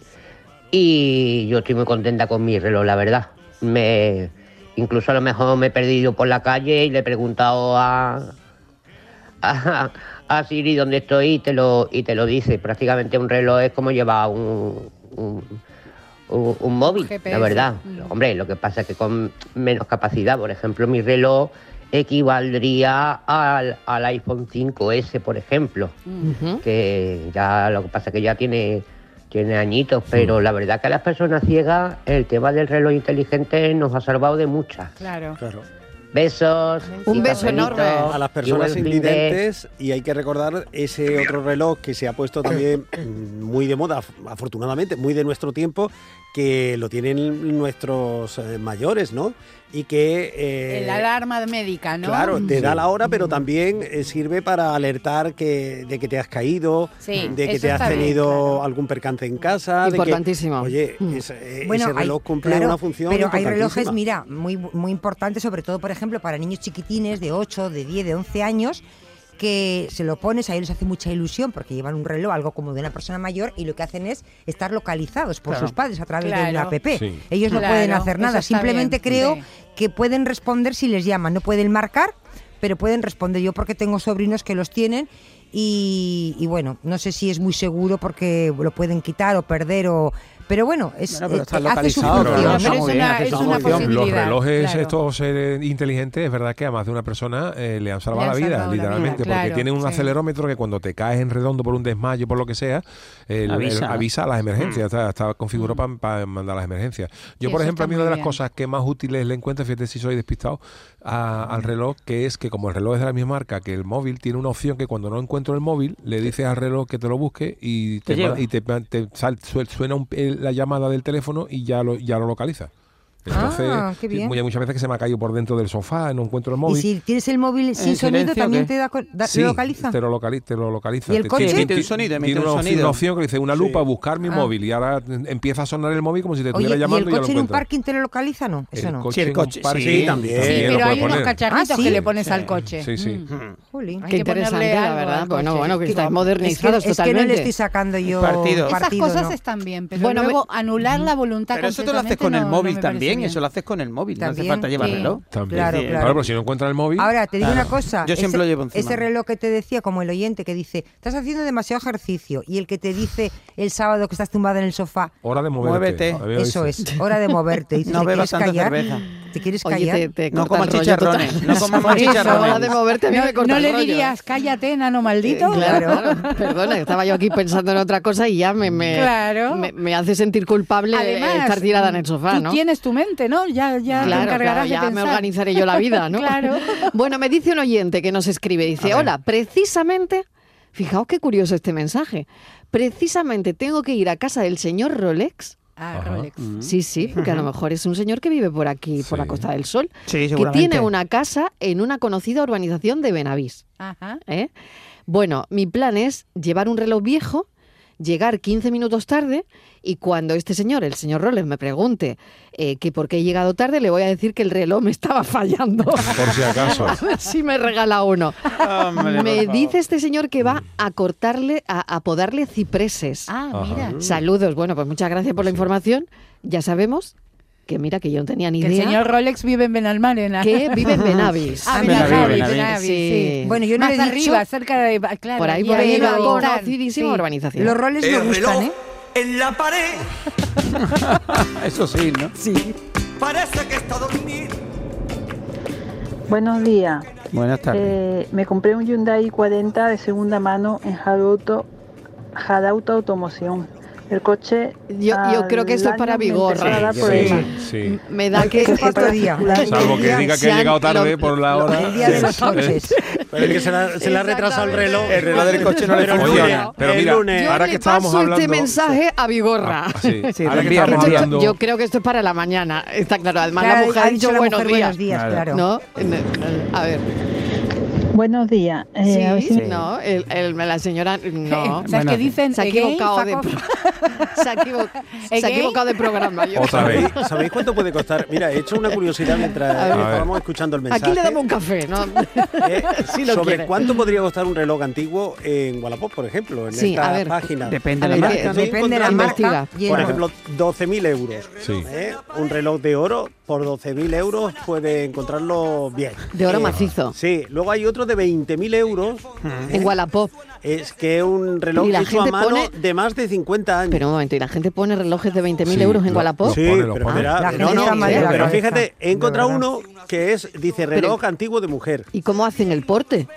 S12: Y yo estoy muy contenta con mi reloj, la verdad. Me, incluso a lo mejor me he perdido por la calle y le he preguntado a, a, a Siri donde estoy y te lo, y te lo dice. Prácticamente un reloj es como llevar un, un, un- un móvil,
S4: GPS.
S12: la verdad.
S4: Mm.
S12: Hombre, lo que pasa es que con menos capacidad, por ejemplo, mi reloj equivaldría al, al iPhone 5S, por ejemplo,
S2: Mm.
S12: Mm-hmm.
S1: Ujú.
S12: que ya lo que pasa es que ya tiene, tiene añitos, pero la verdad que a las personas ciegas el tema del reloj inteligente nos ha salvado de muchas.
S4: Claro.
S5: Claro.
S12: Besos.
S1: Un
S12: y
S1: beso
S12: cafelito.
S1: enorme.
S5: a las
S12: Y
S5: personas
S12: buen fin de-
S5: invidentes y hay que recordar ese otro reloj que se ha puesto también mm, muy de moda, af- afortunadamente, muy de nuestro tiempo, que lo tienen nuestros eh, mayores, ¿no? Y que... eh,
S4: El alarma médica, ¿no?
S5: Claro, te da la hora, pero también eh, sirve para alertar que, de que te has caído,
S4: Sí,
S5: de que
S4: eso
S5: te has
S4: está bien,
S5: tenido
S4: claro.
S5: algún percance en casa. de que-
S1: Importantísimo. Mm.
S5: oye, ese, eh, ese reloj cumple
S7: claro,
S5: una función
S7: Pero hay relojes,
S5: importantísima.
S7: mira, muy, muy importantes, sobre todo, por ejemplo, para niños chiquitines de 8, de 10, de 11 años, que se lo pones, a ellos les hace mucha ilusión porque llevan un reloj, algo como de una persona mayor, y lo que hacen es estar localizados por
S6: Claro.
S7: sus padres a través de
S4: Claro.
S7: una app.
S3: Sí.
S7: Ellos no
S4: Claro,
S7: pueden hacer
S4: eso
S7: nada,
S4: está
S7: simplemente
S4: bien,
S7: creo
S4: sí.
S7: que pueden responder si les llaman, no pueden marcar, pero pueden responder. Yo porque tengo sobrinos que los tienen y, y bueno, no sé si es muy seguro porque lo pueden quitar o perder o Pero bueno, es,
S6: Bueno, pero está
S7: eh, hace su
S6: localizado,
S7: función,
S6: pero
S7: ¿no?
S6: está muy bien, hace su función.
S3: Los
S6: posibilidad,
S3: relojes
S6: claro.
S3: estos eh, inteligentes, es verdad que a más de una persona eh, le han salvado
S6: Le han
S3: la vida,
S6: salvado la
S3: literalmente,
S6: vida, claro,
S3: porque tienen un
S6: sí.
S3: acelerómetro que cuando te caes en redondo por un desmayo, por lo que sea, el- el- avisa,
S6: Avisa. Mm.
S3: a las emergencias, está, está configurado para mandar las emergencias. Yo,
S6: Y
S3: por
S6: eso
S3: ejemplo, a
S6: está
S3: mí una de
S6: muy
S3: las
S6: bien.
S3: cosas que más útiles le encuentro, fíjate si soy despistado, a-
S6: Mm.
S3: al reloj, que es que como el reloj es de la misma marca que el móvil, tiene una opción que cuando no encuentro el móvil, le dices al reloj que te lo busque y
S6: Te
S3: te, ma-
S6: lleva.
S3: y te, pa- te sal- suel- suena un- el- la llamada del teléfono y ya lo, ya lo localiza. Entonces,
S7: Ah, qué bien.
S3: hay muchas veces que se me ha caído por dentro del sofá, no encuentro el
S7: Y
S3: móvil.
S7: si tienes el móvil sin
S3: ¿En
S7: sonido,
S3: silencio o
S7: también
S3: qué?
S7: te da, co- da-
S3: Sí,
S7: lo localiza.
S3: Te lo localiza. Te lo localiza.
S7: ¿Y el
S3: Te-
S7: coche?
S3: tiene-
S7: Emite
S3: tiene-
S7: un sonido,
S6: emite
S3: tiene
S6: un
S3: una opción-
S6: sonido.
S3: una opción que dice una
S6: Sí.
S3: lupa, buscar mi
S7: Ah.
S3: móvil. Y ahora mm, empieza a sonar el móvil como si te
S7: Oye,
S3: estuviera
S7: ¿y
S3: llamando
S7: el
S3: y ya lo
S7: coche en un
S3: encuentras.
S7: parking te lo localiza no? Eso no.
S3: en un parking,
S5: sí, también.
S4: Sí,
S3: lo
S4: pero
S3: puedes
S4: hay unos
S3: poner.
S4: cacharritos
S7: Ah, ¿sí?
S4: que le pones
S7: Sí.
S4: al coche.
S3: Sí, sí.
S7: Jolín.
S4: Hay
S1: Qué
S4: que ponerle
S1: interesante, la
S4: algo ¿eh?
S1: verdad.
S4: al
S1: Bueno,
S4: coche.
S1: bueno, que estáis
S7: Es
S1: modernizados
S7: que, es que no
S1: totalmente.
S7: le estoy sacando yo
S6: Partido.
S4: Esas
S7: partido,
S4: cosas
S7: ¿no?
S4: están bien, pero
S1: Bueno,
S4: luego anular la voluntad
S6: Pero eso te lo haces
S4: completamente
S6: con el
S4: no-
S6: móvil
S4: no me parece
S6: también,
S4: bien.
S6: eso lo haces con el móvil, no hace
S7: También,
S6: falta llevar
S7: sí.
S6: reloj.
S3: También.
S7: Claro,
S3: Sí,
S7: claro.
S3: Claro, pero si no encuentras el móvil.
S7: Ahora, te digo
S6: Claro.
S7: una cosa.
S6: Yo siempre lo
S7: ese,
S6: llevo encima.
S7: Ese reloj que te decía, como el oyente que dice, estás haciendo demasiado ejercicio, y el que te dice el sábado que estás tumbada en el sofá,
S3: Hora de moverte.
S6: Muévete.
S3: Había
S7: eso
S3: visto.
S7: es, hora de moverte. Dices,
S6: No
S7: ¿te
S6: bebas tanta
S7: quieres callar?
S6: cerveza.
S7: ¿Te quieres
S1: Oye,
S7: callar?
S1: te- te
S6: No
S1: corta
S6: comas
S1: el rollo
S6: chicharrones,
S1: total.
S6: no comamos
S1: Eso,
S6: chicharrones.
S1: hora de moverte, a mí me
S4: No,
S1: corta
S4: no
S1: el
S4: le
S1: rollo.
S4: dirías, cállate, enano maldito.
S1: Claro, perdona, estaba yo aquí pensando en otra cosa y ya me, me,
S4: Claro.
S1: me, me hace sentir culpable
S4: Además,
S1: estar tirada en el sofá,
S4: tú
S1: ¿no?
S4: tienes tu mente, ¿no? Ya, ya te
S1: Claro,
S4: encargarás
S1: claro,
S4: de
S1: ya me
S4: pensar.
S1: organizaré yo la vida, ¿no?
S4: claro.
S1: Bueno, me dice un oyente que nos escribe, dice, hola, precisamente, fijaos qué curioso este mensaje, precisamente tengo que ir a casa del señor Rolex.
S4: Ah, Rolex.
S1: Sí, sí, porque a lo mejor es un señor que vive por aquí, por la Costa del Sol,
S6: Mm. Sí,
S1: que
S6: seguramente.
S1: tiene una casa en una conocida urbanización de Benavís.
S4: Ajá.
S1: ¿eh? Bueno, mi plan es llevar un reloj viejo, llegar 15 minutos tarde y cuando este señor, el señor Roles, me pregunte eh, que por qué he llegado tarde, le voy a decir que el reloj me estaba fallando.
S3: Por si acaso.
S1: A ver si me regala uno.
S6: Hombre, por
S1: me
S6: favor.
S1: dice este señor que va a cortarle, a, a podarle cipreses.
S4: Ah,
S3: Ajá.
S4: mira.
S1: Saludos. Bueno, pues muchas gracias por la información. Ya sabemos que mira que yo no tenía ni
S4: Que el
S1: idea
S4: señor Rolex vive en Benalmádena.
S1: que vive en Benavis.
S4: Ah,
S6: Benaví,
S4: Benaví,
S6: Benaví.
S4: Benaví,
S1: Sí.
S4: sí.
S7: Bueno, yo no
S4: Más
S7: le he dicho-
S4: arriba, cerca de... Claro,
S1: Por ahí,
S4: y
S1: por ahí,
S4: lo
S1: una
S4: habitan,
S1: conocidísima
S4: sí.
S1: urbanización.
S7: Los roles me
S10: El
S7: gustan,
S10: reloj
S7: ¿eh?
S10: en la pared
S6: Eso sí, ¿no?
S10: parece que está dormido.
S13: Buenos días.
S6: Buenas tardes.
S13: Eh, me compré un Hyundai 40 de segunda mano en Hadauto, Hadauto Automoción. El coche.
S1: Yo- yo
S13: al
S1: creo que esto es
S13: año
S1: para
S13: me
S1: Vigorra.
S13: empezó a dar
S3: Sí,
S13: problemas.
S3: sí.
S1: Me da que...
S7: Porque otro día.
S3: Salvo que
S7: Sean-
S3: diga que ha llegado tarde por la hora.
S7: El día de los
S3: Sí.
S7: coches.
S5: Pero es que se la, se le ha retrasado el reloj.
S6: El reloj del coche no le
S5: Pero el
S6: funciona.
S5: lunes,
S3: Pero
S5: el
S3: mira,
S5: lunes.
S3: ahora que estábamos
S1: paso
S3: hablando.
S1: este mensaje a Vigorra.
S3: Ah, sí.
S6: Sí,
S3: Ahora que
S6: reenvía,
S3: estábamos
S6: reenvía.
S3: hablando.
S1: Yo creo que esto es para la mañana, está claro. Además, la
S7: Claro,
S1: mujer
S7: ha
S1: ha dicho
S7: la
S1: buenos
S7: mujer
S1: días.
S7: buenos días,
S6: Claro.
S7: claro.
S1: ¿No? A ver.
S13: Buenos días. Eh, a ver si-
S1: Sí, no, el- el- la señora no.
S4: ¿Sabes qué
S6: Bueno,
S4: dicen?
S1: Se ha
S4: Again,
S1: equivocado de,
S4: fuck off.
S1: pro- se ha equivo- se ha
S4: ¿Again?
S1: equivocado de programa. yo-
S3: Otra vez.
S5: ¿Sabéis, sabéis cuánto puede costar? Mira, he hecho una curiosidad mientras
S1: A
S3: ver.
S5: estábamos escuchando el mensaje.
S1: Aquí le damos un café, ¿no?
S5: Eh,
S1: si lo
S5: sobre
S1: quiere.
S5: cuánto podría costar un reloj antiguo en Wallapop, por ejemplo, en
S1: Sí, a
S5: esta
S1: ver.
S5: página.
S6: Depende
S1: A
S6: de la
S1: ver,
S6: marca.
S1: que-
S5: Estoy
S7: Depende de la
S5: encontrando,
S7: marca. y el-
S5: Por ejemplo, 12.000 euros.
S3: Sí.
S5: ¿eh? Un reloj de oro por 12.000 euros puede encontrarlo bien.
S1: De oro
S5: Eh,
S1: macizo.
S5: Sí, luego hay otro de 20.000 euros.
S1: Mm. En Wallapop.
S5: Es que es un reloj
S1: Y la
S5: hecho a
S1: gente
S5: mano
S1: pone-
S5: de más de 50 años.
S1: Pero un momento, ¿y la gente pone relojes de 20.000
S3: Sí,
S1: euros en
S3: lo-
S1: Wallapop?
S3: lo
S5: Sí,
S3: pone, lo
S5: pero,
S3: pone.
S5: verá,
S7: La
S5: no,
S7: gente
S5: no,
S7: está mal de
S5: pero-
S7: la
S5: pero
S7: cabeza,
S5: fíjate, he
S7: de
S5: encontrado
S7: verdad.
S5: uno que es, dice, reloj antiguo de mujer.
S1: ¿Y cómo hacen el porte?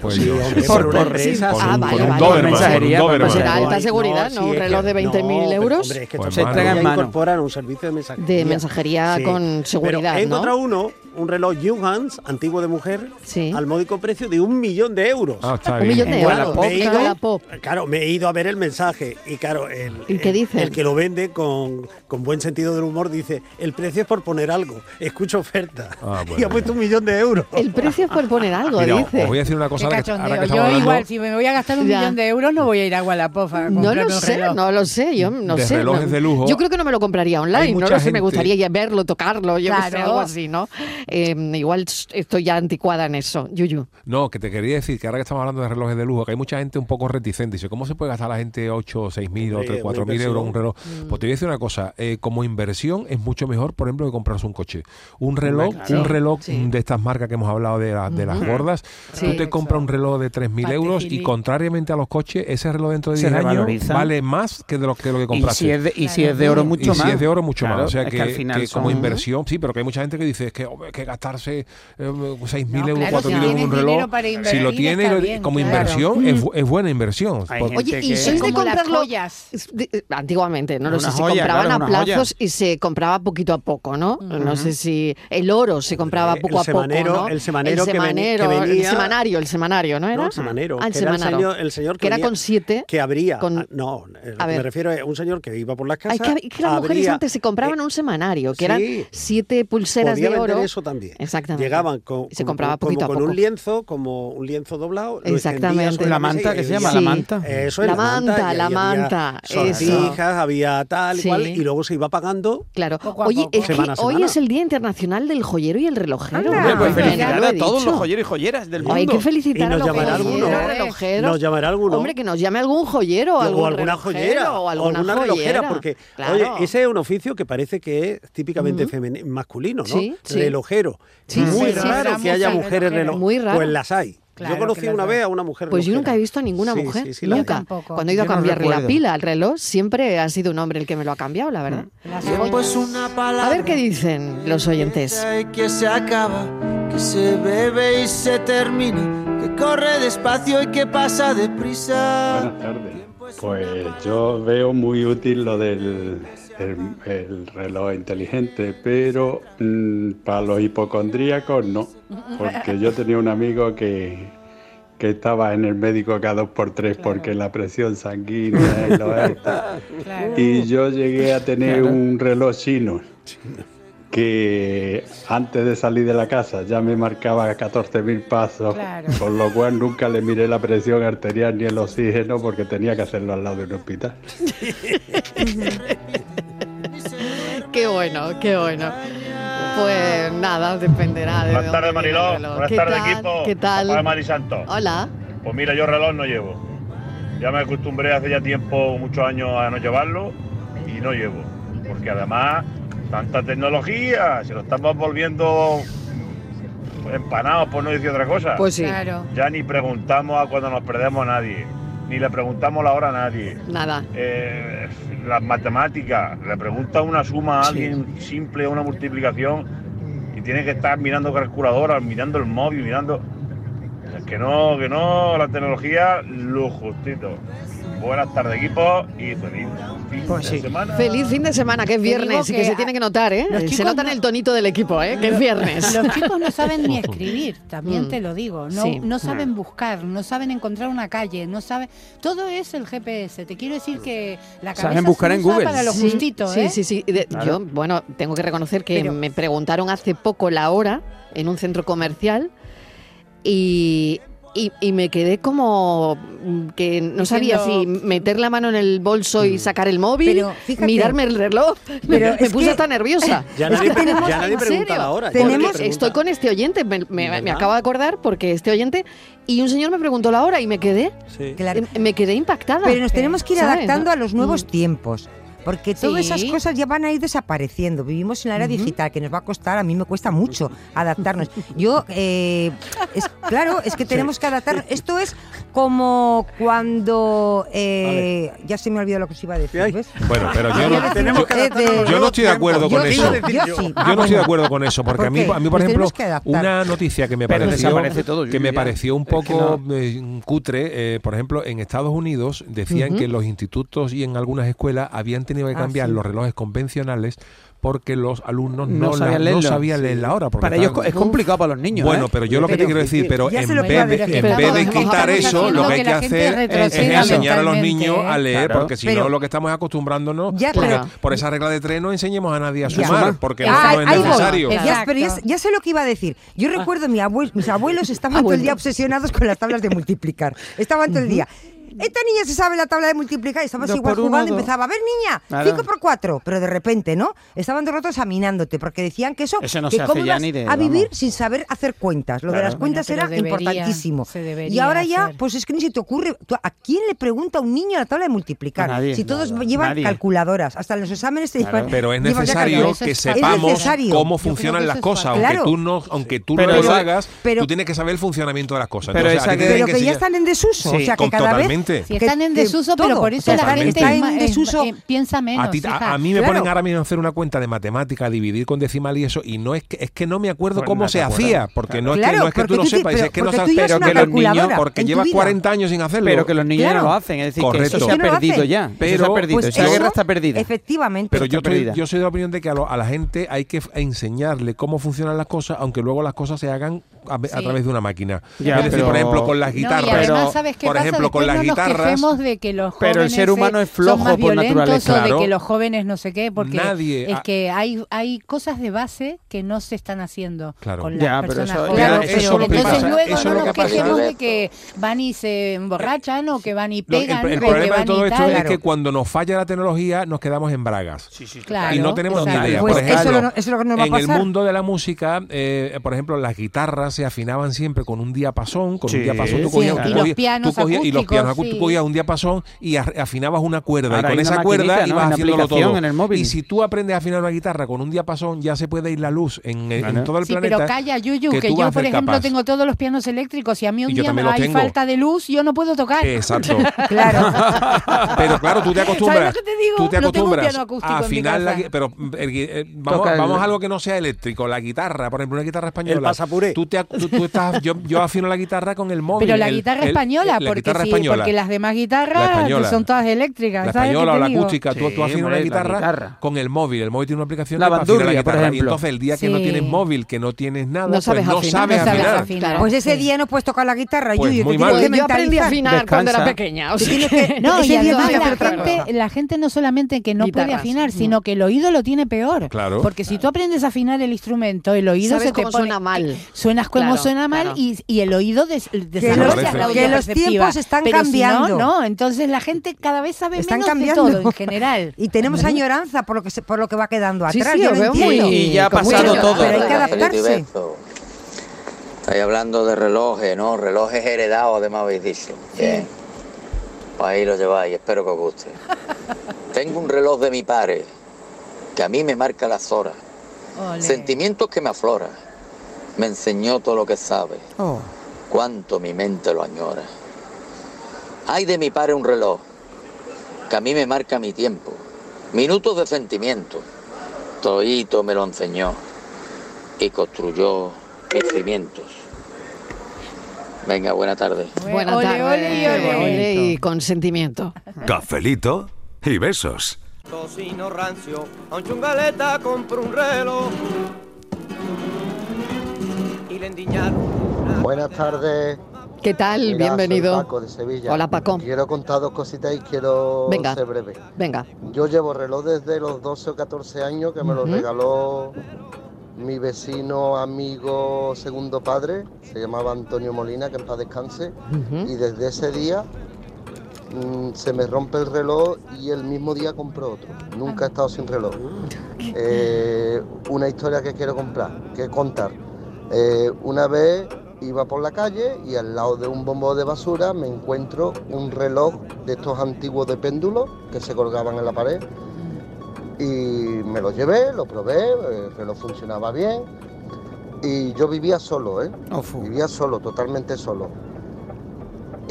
S3: Pues
S5: Sí,
S3: yo,
S5: hombre,
S3: sí,
S5: por
S3: sí.
S5: una
S6: por-
S5: empresa.
S1: Ah,
S5: sí.
S1: vale,
S3: con un
S1: vale.
S3: Doberman,
S6: Mensajería,
S3: con un
S6: pues
S3: Doberman.
S1: será alta
S5: No,
S1: seguridad,
S5: sí,
S1: ¿no? Un
S5: es
S1: reloj
S5: que-
S1: de 20.000
S5: no,
S1: euros.
S5: pero, hombre, es que
S3: Pues
S5: estos
S3: mano.
S5: ya
S6: Se traga en
S5: incorporan un servicio de mensajería.
S1: De mensajería con seguridad,
S5: Pero he
S1: ¿no?
S5: encontrado uno, un reloj Johans, antiguo de mujer,
S1: Sí.
S5: al módico precio de un millón de euros.
S3: Ah, está
S1: Un
S3: bien.
S1: millón de
S5: Claro,
S1: euros.
S5: me he
S1: En
S5: ido-
S1: Wallapop.
S5: Claro, me he ido a ver el mensaje y claro, el,
S1: ¿Y qué
S5: el-
S1: dice?
S5: el que lo vende con, con buen sentido del humor dice, el precio es por poner algo, escucho oferta
S3: Ah,
S5: y ha
S3: bueno.
S5: puesto un millón de euros.
S1: El precio es por poner algo,
S3: Ah, Mira,
S1: dice.
S3: os voy a decir una cosa
S4: Qué
S3: ahora que, ahora que
S4: cachondeo.
S3: estamos
S4: Yo
S3: hablando
S4: igual, si me voy a gastar un
S1: Ya.
S4: millón de euros, no voy a ir a Wallapop a
S1: No
S4: comprarme
S1: lo
S4: un
S1: sé,
S4: reloj.
S1: no lo sé, yo no
S3: De
S1: sé.
S3: relojes
S1: no.
S3: de lujo.
S1: Yo creo que no me lo compraría online,
S3: Hay
S1: no
S3: mucha
S1: lo sé, me
S3: gente-
S1: gustaría ya verlo, tocarlo, yo qué sé,
S4: Claro.
S1: algo así, ¿no? Eh, igual estoy ya anticuada en eso, Yuyu.
S3: No, que te quería decir que ahora que estamos hablando de relojes de lujo, que hay mucha gente un poco reticente. Dice, ¿cómo se puede gastar la gente 8, 6 mil,
S5: Hombre,
S3: 3,
S5: una
S3: 4 mil
S5: inversión. Mm.
S3: euros en un reloj? Pues te voy a decir una cosa, eh, como inversión es mucho mejor, por ejemplo, que comprarse un coche. Un reloj, un reloj
S1: Sí.
S3: de estas marcas que hemos hablado de, la- de las gordas, Tú te compras un reloj de 3.000 euros y
S6: Patecilí.
S3: contrariamente a los coches, ese reloj dentro de
S6: Se
S3: 10 años
S6: revaloriza.
S3: vale más que de lo que, lo que compraste.
S6: si es de- y si es de oro, mucho
S3: Y si
S6: más.
S3: es de oro, mucho
S6: Claro,
S3: más. O sea,
S6: es
S3: que,
S6: que al final
S3: que como
S6: son-
S3: inversión, sí, pero que hay mucha gente que dice es que, hombre, que gastarse eh, 6.000 euros,
S1: claro,
S3: 4.000
S1: si
S3: euros en un
S1: tienes
S3: reloj,
S1: dinero para
S3: si lo
S1: invertir,
S3: tiene
S1: está
S3: lo-
S1: bien,
S3: como
S1: claro.
S3: inversión, es, bu- es buena inversión. Por-
S1: Oye, ¿y sois de
S4: Como las
S1: comprar
S4: joyas.
S1: eh, Antiguamente, no lo
S3: Una
S1: sé, se
S3: joya,
S1: compraban
S3: claro,
S1: a
S3: una joya.
S1: plazos y se compraba poquito a poco, ¿no? No sé si el oro se compraba
S5: Eh, el
S1: poco a
S5: semanero-
S1: poco, ¿no?
S5: el semanero que veni-
S1: semanero,
S5: que
S1: el
S5: venía-
S1: semanario, el semanario, ¿no era?
S5: No, el semanero.
S1: Ah, el
S5: que era
S1: semanario.
S5: señor- el señor que,
S1: que era
S5: venía-
S1: con siete.
S5: Que habría.
S1: con-
S5: ah, No, eh, lo
S1: A
S5: que me
S1: ver.
S5: refiero a un señor que iba por las
S1: Ay,
S5: casas.
S1: que, que las mujeres
S5: abría- eh,
S1: antes se compraban un semanario, que eran
S5: sí.
S1: siete pulseras
S5: Podía
S1: de
S5: vender
S1: oro.
S5: eso también.
S1: Exactamente.
S5: Llegaban con,
S1: Se
S5: con-
S1: compraba
S5: como
S1: poquito a
S5: con
S1: poco.
S5: un lienzo, como un lienzo doblado. lo
S1: Exactamente.
S5: extendías sobre
S6: La
S5: mesa
S6: manta,
S5: y-
S6: que se
S5: y-
S6: llama, la manta.
S5: Eso es
S1: La
S5: la manta.
S1: manta,
S5: y
S1: la
S5: ahí
S1: manta,
S5: Había
S1: eso.
S5: sortijas, había tal y
S1: Sí.
S5: cual, y luego se iba pagando.
S1: Claro.
S5: a
S1: Oye,
S5: poco.
S1: es que
S5: Semana a
S1: hoy
S5: semana.
S1: es el Día Internacional del Joyero y el Relojero.
S6: Hombre, pues
S1: Bueno,
S6: felicidades
S1: lo he
S6: a todos
S1: dicho.
S6: los joyeros y joyeras del mundo.
S1: Hay que felicitar
S5: Y nos
S1: a los
S5: llamará
S1: joyeros,
S5: alguno.
S1: relojeros.
S5: Nos llamará alguno.
S1: Hombre, que nos llame algún joyero o, algún
S5: o alguna
S1: relojero,
S5: joyera
S1: o alguna, joyera.
S5: porque
S1: Claro.
S5: oye ese es un oficio que parece que es típicamente femeni- masculino no
S1: Sí, sí.
S5: relojero
S1: Sí,
S5: muy
S1: sí, sí,
S5: raro
S1: sí,
S5: que haya
S1: sí,
S5: mujeres
S1: relojero.
S5: reloj
S1: Muy raro.
S5: pues las hay yo
S1: Claro que
S5: conocí
S1: las
S5: una
S1: hay.
S5: vez a una mujer
S1: Pues yo
S5: relojera.
S1: nunca he visto a ninguna
S5: Sí,
S1: mujer,
S5: sí, sí, las hay.
S1: nunca. Cuando he ido a
S5: Yo no
S1: cambiarle la
S5: recuerdo.
S1: pila al reloj, siempre ha sido un hombre el que me lo ha cambiado, la verdad.
S5: Mm.
S14: Tiempo es una palabra
S1: A ver qué dicen los oyentes.
S14: y que se acaba, que se bebe y se termina, que corre despacio y que pasa deprisa.
S15: Buenas tardes. Pues yo veo muy útil lo del el, el reloj inteligente, pero mm, para los hipocondríacos no, porque yo tenía un amigo que, que estaba en el médico cada dos por tres porque la presión sanguínea y lo esto. Y yo llegué a tener
S16: Claro.
S15: un reloj chino que antes de salir de la casa ya me marcaba 14.000 pasos,
S16: Claro.
S15: con lo cual nunca le miré la presión arterial ni el oxígeno porque tenía que hacerlo al lado de un hospital.
S1: Qué bueno, qué bueno. Pues nada, dependerá de.
S17: Buenas
S1: dónde
S17: tardes,
S1: viene el
S17: Mariló.
S1: reloj.
S17: Buenas
S1: ¿Qué
S17: tardes,
S1: tal?
S17: equipo.
S1: ¿Qué tal?
S17: Papá de Mari Santos.
S1: Hola.
S17: Pues mira, yo reloj no llevo. Ya me acostumbré hace ya tiempo, muchos años, a no llevarlo y no llevo. Porque además, tanta tecnología, se lo estamos volviendo empanados, por no decir otra cosa.
S1: Pues sí. Claro.
S17: Ya ni preguntamos a cuando nos perdemos a nadie, ni le preguntamos la hora a nadie.
S1: Nada.
S17: Eh, las matemáticas, le pregunta una suma a alguien simple, una multiplicación, y tiene que estar mirando calculadoras, mirando el móvil, mirando. Que no, que no, la tecnología, lo justito. Buenas tardes, equipo, y feliz fin de semana.
S1: Pues Feliz fin de semana, que es
S4: Te
S1: viernes
S4: digo
S1: y que
S4: que
S1: se
S4: a-
S1: tiene que notar, ¿eh?
S4: los
S1: Se
S4: chicos
S1: nota en el tonito del equipo, ¿eh? Que es viernes. Mm.
S4: Los chicos no saben ni escribir, también te lo digo. No,
S1: Sí.
S4: no saben buscar, no saben encontrar una calle, no saben. Todo es el GPS. Te quiero decir que la cabeza
S1: Saben
S4: se usa para lo
S1: Sí,
S4: justito,
S1: sí,
S4: ¿eh?
S1: Sí, sí, Y de-
S4: Claro.
S1: Yo, bueno, tengo que reconocer que
S4: Pero-
S1: me preguntaron hace poco la hora en un centro comercial y, y- y me quedé como mm, que no sabía si
S7: Diciendo-
S1: meter la mano en el bolso
S5: Mm.
S1: y sacar el móvil,
S7: Pero, fíjate-
S1: mirarme el reloj.
S7: Pero
S1: me me
S7: es
S1: puse
S7: que-
S1: hasta nerviosa.
S5: Ya
S1: Es que
S5: nadie pre-
S1: tenemos-
S5: ya nadie
S1: en
S5: pregunta
S1: serio,
S5: la hora, ya
S1: porque
S5: nadie pregunta.
S1: estoy con este oyente, me, me- me
S5: ¿Verdad?
S1: acabo de acordar porque este oyente y un señor me preguntó la hora y me quedé, me quedé impactada.
S7: Pero nos tenemos que ir
S1: ¿sabes?
S7: adaptando a los nuevos
S1: Mm.
S7: tiempos. Porque todas esas
S1: Sí.
S7: cosas ya van a ir desapareciendo. Vivimos en la era digital, que nos va a costar, a mí me cuesta mucho adaptarnos. Yo, eh, es, claro, es que tenemos que adaptarnos. Esto es como cuando... eh, Ya se me olvidó lo que os iba a decir, ¿ves?
S3: Bueno, pero yo
S7: Ah, Tenemos
S3: no, yo-
S7: que adaptarnos
S3: yo no
S7: a
S3: estoy de acuerdo
S7: Yo
S3: con
S7: te
S3: eso.
S7: iba a decir yo.
S3: Yo
S7: Ah,
S3: no estoy
S7: bueno.
S3: de acuerdo con eso, porque
S7: ¿Por
S3: a mí,
S7: qué?
S3: a mí, por
S7: Nos
S3: ejemplo,
S7: tenemos que adaptar.
S3: una noticia que me
S6: Pero
S3: pareció
S6: desaparece todo,
S3: que
S6: Yuyu,
S3: me
S6: ya.
S3: pareció un
S6: Es que
S3: poco
S6: no.
S3: eh, cutre, eh, por ejemplo, en Estados Unidos decían
S6: Ujú.
S3: que los institutos y en algunas escuelas habían tenido que
S6: Ah,
S3: cambiar
S6: sí.
S3: los relojes convencionales porque los alumnos no,
S6: No
S3: la-
S6: sabían
S3: no
S6: leerlo.
S3: sabían leer la hora. porque
S6: Para ellos
S3: estaban-
S6: es complicado para los niños.
S3: Bueno,
S6: ¿eh?
S3: pero yo lo que te quiero decir, pero
S6: Ya
S3: en
S6: se lo iba
S3: vez,
S6: a
S3: de,
S6: decir,
S3: en
S6: pero
S3: vez de
S6: estamos-
S3: quitar
S6: estamos
S3: eso,
S6: haciendo
S3: lo que hay
S6: que
S3: que
S6: la gente
S3: hacer es
S6: retroceda
S3: enseñar a los
S6: mentalmente,
S3: niños a
S6: ¿eh?
S3: leer,
S6: Claro.
S3: porque si
S6: Pero-
S3: no, lo que estamos acostumbrándonos
S7: Ya,
S3: por,
S7: pero-
S3: por esa regla de tres no enseñemos a nadie a
S7: Ya.
S3: sumar, porque
S7: Ah,
S3: no, no
S7: ahí
S3: es
S7: voy.
S3: necesario.
S7: Ya, pero ya, ya sé lo que iba a decir.
S6: Ah.
S7: Yo recuerdo mi abue- mis abuelos estaban todo el día obsesionados con las tablas de multiplicar. Estaban todo el día. Esta niña se sabe la tabla de multiplicar y estamos
S6: Dos
S7: igual
S6: por uno,
S7: jugando.
S6: dos.
S7: Empezaba, a ver, niña,
S6: Claro.
S7: 5 por 4. Pero de repente, ¿no? Estaban todo el rato examinándote porque decían que eso.
S6: Eso no
S7: que
S6: se hace
S7: cómo
S6: ya
S7: ibas
S6: ni de-
S7: A vivir
S6: vamos.
S7: sin saber hacer cuentas. Lo de
S6: Claro.
S7: las cuentas
S4: Bueno, pero
S7: era
S4: debería,
S7: importantísimo.
S4: se
S7: Y
S4: debería
S7: ahora ya,
S4: hacer.
S7: pues es que ni se te ocurre. tú, ¿A quién le pregunta a un niño la tabla de multiplicar?
S3: A nadie.
S7: si todos
S3: Nada.
S7: llevan
S3: Nadie.
S7: calculadoras. Hasta en los exámenes te
S3: Claro.
S7: llevan.
S3: Pero es
S7: llevan ya
S3: necesario
S7: calculadoras.
S3: que
S7: Es
S3: sepamos
S7: necesario.
S3: cómo
S7: Yo creo
S3: funcionan
S7: que
S3: las
S7: eso es
S3: cosas.
S7: fácil.
S3: Aunque
S7: Claro.
S3: tú no, aunque tú
S6: Pero
S3: no lo
S6: esa-
S3: hagas,
S7: pero-
S3: tú tienes que saber el funcionamiento de las cosas.
S6: Pero
S3: Entonces, a
S6: esa
S3: ti te
S6: que-
S3: tienen
S7: pero que ya
S3: enseñar-
S7: están en desuso. o
S3: Sí,
S7: sea, que
S3: con-
S7: cada
S3: totalmente.
S7: vez.
S4: Si están en
S7: que-
S4: desuso, pero
S7: todo,
S4: por eso la
S7: totalmente.
S4: gente
S7: Está
S4: es
S7: en
S4: ma- es-
S7: desuso.
S4: eh, piensa menos.
S3: A, ti- a-
S4: hija.
S3: a mí me
S4: Claro.
S3: ponen ahora mismo a hacer una cuenta de matemática, dividir con decimal y eso, y no es que, es que no me acuerdo
S6: Pues
S3: cómo
S6: no te
S3: se
S6: acuerdas.
S3: hacía, porque no es
S6: Claro,
S3: que, no es que
S6: porque
S3: tú no
S6: tú te-
S3: sepas,
S6: pero-
S3: es que no
S6: porque
S3: sabes,
S6: tú llevas
S3: pero
S6: una
S3: que los niños,
S6: calculadora
S3: porque
S6: en tu
S3: llevas
S6: vida.
S3: 40 años sin hacerlo.
S6: Pero que los niños ya no lo hacen, es decir, que eso
S3: Correcto.
S6: se ha perdido ya. eso
S3: Pero,
S6: se ha perdido,
S3: Pues
S6: esa
S3: eso-
S6: guerra está perdida.
S7: Efectivamente.
S3: Pero yo,
S6: Está
S3: estoy-
S6: perdida.
S3: yo soy de la opinión de que a, lo- a la gente hay que f- enseñarle cómo funcionan las cosas, aunque luego las cosas se hagan a, a
S4: Sí.
S3: través de una máquina.
S6: Ya,
S3: es decir,
S6: pero-
S3: por ejemplo, con las
S6: No,
S4: No,
S3: guitarras.
S4: y además, ¿sabes qué
S3: por
S4: pasa?
S3: ejemplo, con
S4: Después
S3: las
S4: no nos
S3: guitarras.
S4: quejemos de que los
S6: Pero el
S4: jóvenes,
S6: ser humano
S4: eh,
S6: es flojo
S4: son más
S6: por
S4: violentos
S6: naturaleza.
S4: O de
S6: Claro.
S4: que los jóvenes no sé qué, porque
S6: Nadie-
S4: es que hay, hay cosas de base que no se están haciendo
S6: Claro.
S4: con las
S6: Ya, pero
S4: personas
S6: eso-
S4: jóvenes.
S6: Claro, eso es lo que
S4: entonces
S6: pasa,
S4: luego
S6: eso es
S4: no
S6: lo
S4: nos
S6: que pasa.
S4: quejemos de que van y se emborrachan o que van y
S3: Lo- el,
S4: pegan
S3: el
S4: o que
S3: problema
S4: van
S3: de todo
S4: y
S3: esto
S4: tal.
S3: es que cuando nos falla la tecnología nos quedamos en bragas.
S4: Claro,
S3: y no tenemos ni
S4: exacto.
S3: idea.
S7: Pues
S3: por
S7: eso
S3: ejemplo,
S7: lo- eso es lo que nos va a
S3: en
S7: pasar.
S3: el mundo de la música, eh, por ejemplo, las guitarras se afinaban siempre con un diapasón, con un
S6: Sí,
S3: diapasón tú
S6: sí.
S3: cogías,
S6: Y
S3: tú
S6: los
S3: cogías-
S4: pianos
S3: tú cogías- y los
S4: acústicos,
S3: pianos acú-
S4: sí.
S3: tú cogías un diapasón y a- afinabas una cuerda
S6: Ahora
S3: y
S6: hay
S3: con
S6: una
S3: esa cuerda
S6: maquinita, ¿no? Hay
S3: ibas
S6: una
S3: haciéndolo
S6: aplicación
S3: todo.
S6: en el móvil.
S3: Y si tú aprendes a afinar una guitarra con un diapasón, ya se puede ir la luz en, en
S6: Claro.
S3: todo el
S4: Sí,
S3: planeta.
S4: pero calla, Yuyu, que,
S3: tú vas
S4: yo,
S3: a
S4: por
S3: ser
S4: ejemplo,
S3: capaz.
S4: tengo todos los pianos eléctricos y a mí un
S3: Y yo
S4: día
S3: también lo
S4: hay
S3: tengo.
S4: falta de luz, yo no puedo tocar.
S3: Exacto.
S4: Claro.
S3: Pero claro, tú te acostumbras.
S4: ¿Sabes lo que te digo?
S3: Tú te
S4: No tengo un
S3: acostumbras
S4: piano acústico
S3: a
S4: en mi
S3: afinar la
S4: casa.
S3: gui- pero mm, el gui- eh, vamos,
S6: Toca el-
S3: vamos a algo que no sea eléctrico, la guitarra, por ejemplo, una guitarra española.
S5: El pasapuré.
S3: Tú te ac- tú- tú estás yo, yo afino la guitarra con el móvil.
S4: Pero la
S3: el-
S4: guitarra
S3: el-
S4: española,
S3: la
S4: porque
S3: guitarra
S4: sí,
S3: española.
S4: porque las demás guitarras
S3: La española.
S4: son todas eléctricas.
S3: La
S4: ¿sabes qué
S3: española o
S4: te
S3: la
S4: digo?
S3: acústica, tú,
S6: Sí,
S3: tú afinas
S6: hombre,
S3: la
S6: la
S3: guitarra,
S6: guitarra.
S3: con el móvil. El móvil tiene una aplicación
S6: La
S3: que para afinar
S6: bandurria, por
S3: la guitarra. Y
S6: ejemplo.
S3: entonces el día que no
S4: Sí.
S3: tienes móvil, que no tienes nada,
S1: No
S3: pues
S1: sabes
S3: no
S1: afinar.
S3: sabes
S1: No sabes
S3: afinar.
S4: afinar.
S1: Claro.
S7: Pues ese día no puedes tocar la guitarra,
S3: Pues
S7: Yuyu.
S3: muy
S7: te
S3: mal.
S7: tienes que
S1: Pues yo aprendí a
S7: mentalizar.
S1: afinar cuando era
S6: Descansa.
S1: pequeña. o
S7: Te
S1: sea que-
S7: tienes que-
S4: No,
S7: ese
S4: y
S7: día
S4: además
S7: tienes que
S4: la
S7: hacer otra cosa. Mm.
S4: gente, la gente no solamente que no puede
S1: Guitarras.
S4: afinar, sino que el oído lo tiene peor.
S3: Claro.
S4: Porque si tú aprendes a afinar el instrumento, el oído
S1: Sabes
S4: se te
S1: cómo
S4: pone- eh,
S1: suena mal.
S4: Suenas como
S1: Claro,
S4: suena mal
S1: claro.
S4: y, y el oído des-
S7: los-
S4: desarrolla la
S7: que los
S4: audioperceptiva.
S7: tiempos están
S4: Pero si no,
S7: cambiando.
S4: no, entonces la gente cada vez sabe
S7: Están
S4: menos
S7: cambiando.
S4: de todo en general.
S7: Y tenemos añoranza por lo que se- por lo que va quedando
S1: Sí,
S7: atrás.
S1: sí,
S7: yo
S1: lo veo
S7: entiendo.
S1: muy-
S6: Y ya ha
S1: con mucha
S6: pasado
S1: cara.
S6: todo.
S7: Pero hay que adaptarse.
S16: universo. Estáis hablando de relojes, ¿no? Relojes heredados, además habéis dicho. Bien. Pues ahí lo lleváis, espero que os guste. Tengo un reloj de mi padre, que a mí me marca las horas.
S4: Ole.
S16: Sentimientos que me aflora. Me enseñó todo lo que sabe.
S6: Oh.
S16: Cuánto mi mente lo añora. Hay de mi padre un reloj, que a mí me marca mi tiempo. Minutos de sentimiento. Toito me lo enseñó y construyó mis cimientos. Venga, buena tarde.
S1: Buena
S4: Ole,
S1: tarde.
S4: ole y ole.
S1: Ole y consentimiento.
S9: Cafelito y besos.
S10: Tocino rancio, a un chungaleta compro un reloj. Y le endiñaron.
S18: Buenas tardes.
S1: ¿Qué tal?
S18: Mira,
S1: Bienvenido.
S18: soy Paco de Sevilla.
S1: Hola, Paco.
S18: Quiero contar dos cositas y quiero
S1: Venga.
S18: ser breve.
S1: Venga.
S18: Yo llevo reloj desde los 12 o 14 años que me lo
S1: Ujú.
S18: regaló mi vecino, amigo, segundo padre. Se llamaba Antonio Molina, que en paz descanse.
S1: Ujú.
S18: Y desde ese día mm, se me rompe el reloj y el mismo día compro otro. Nunca he estado sin reloj. Eh, una historia que quiero comprar, que contar. Eh, una vez iba por la calle y al lado de un bombo de basura me encuentro un reloj de estos antiguos de péndulo que se colgaban en la pared. Y me lo llevé, lo probé, el reloj funcionaba bien. Y yo vivía solo, ¿eh?
S6: Ofu.
S18: Vivía solo, totalmente solo.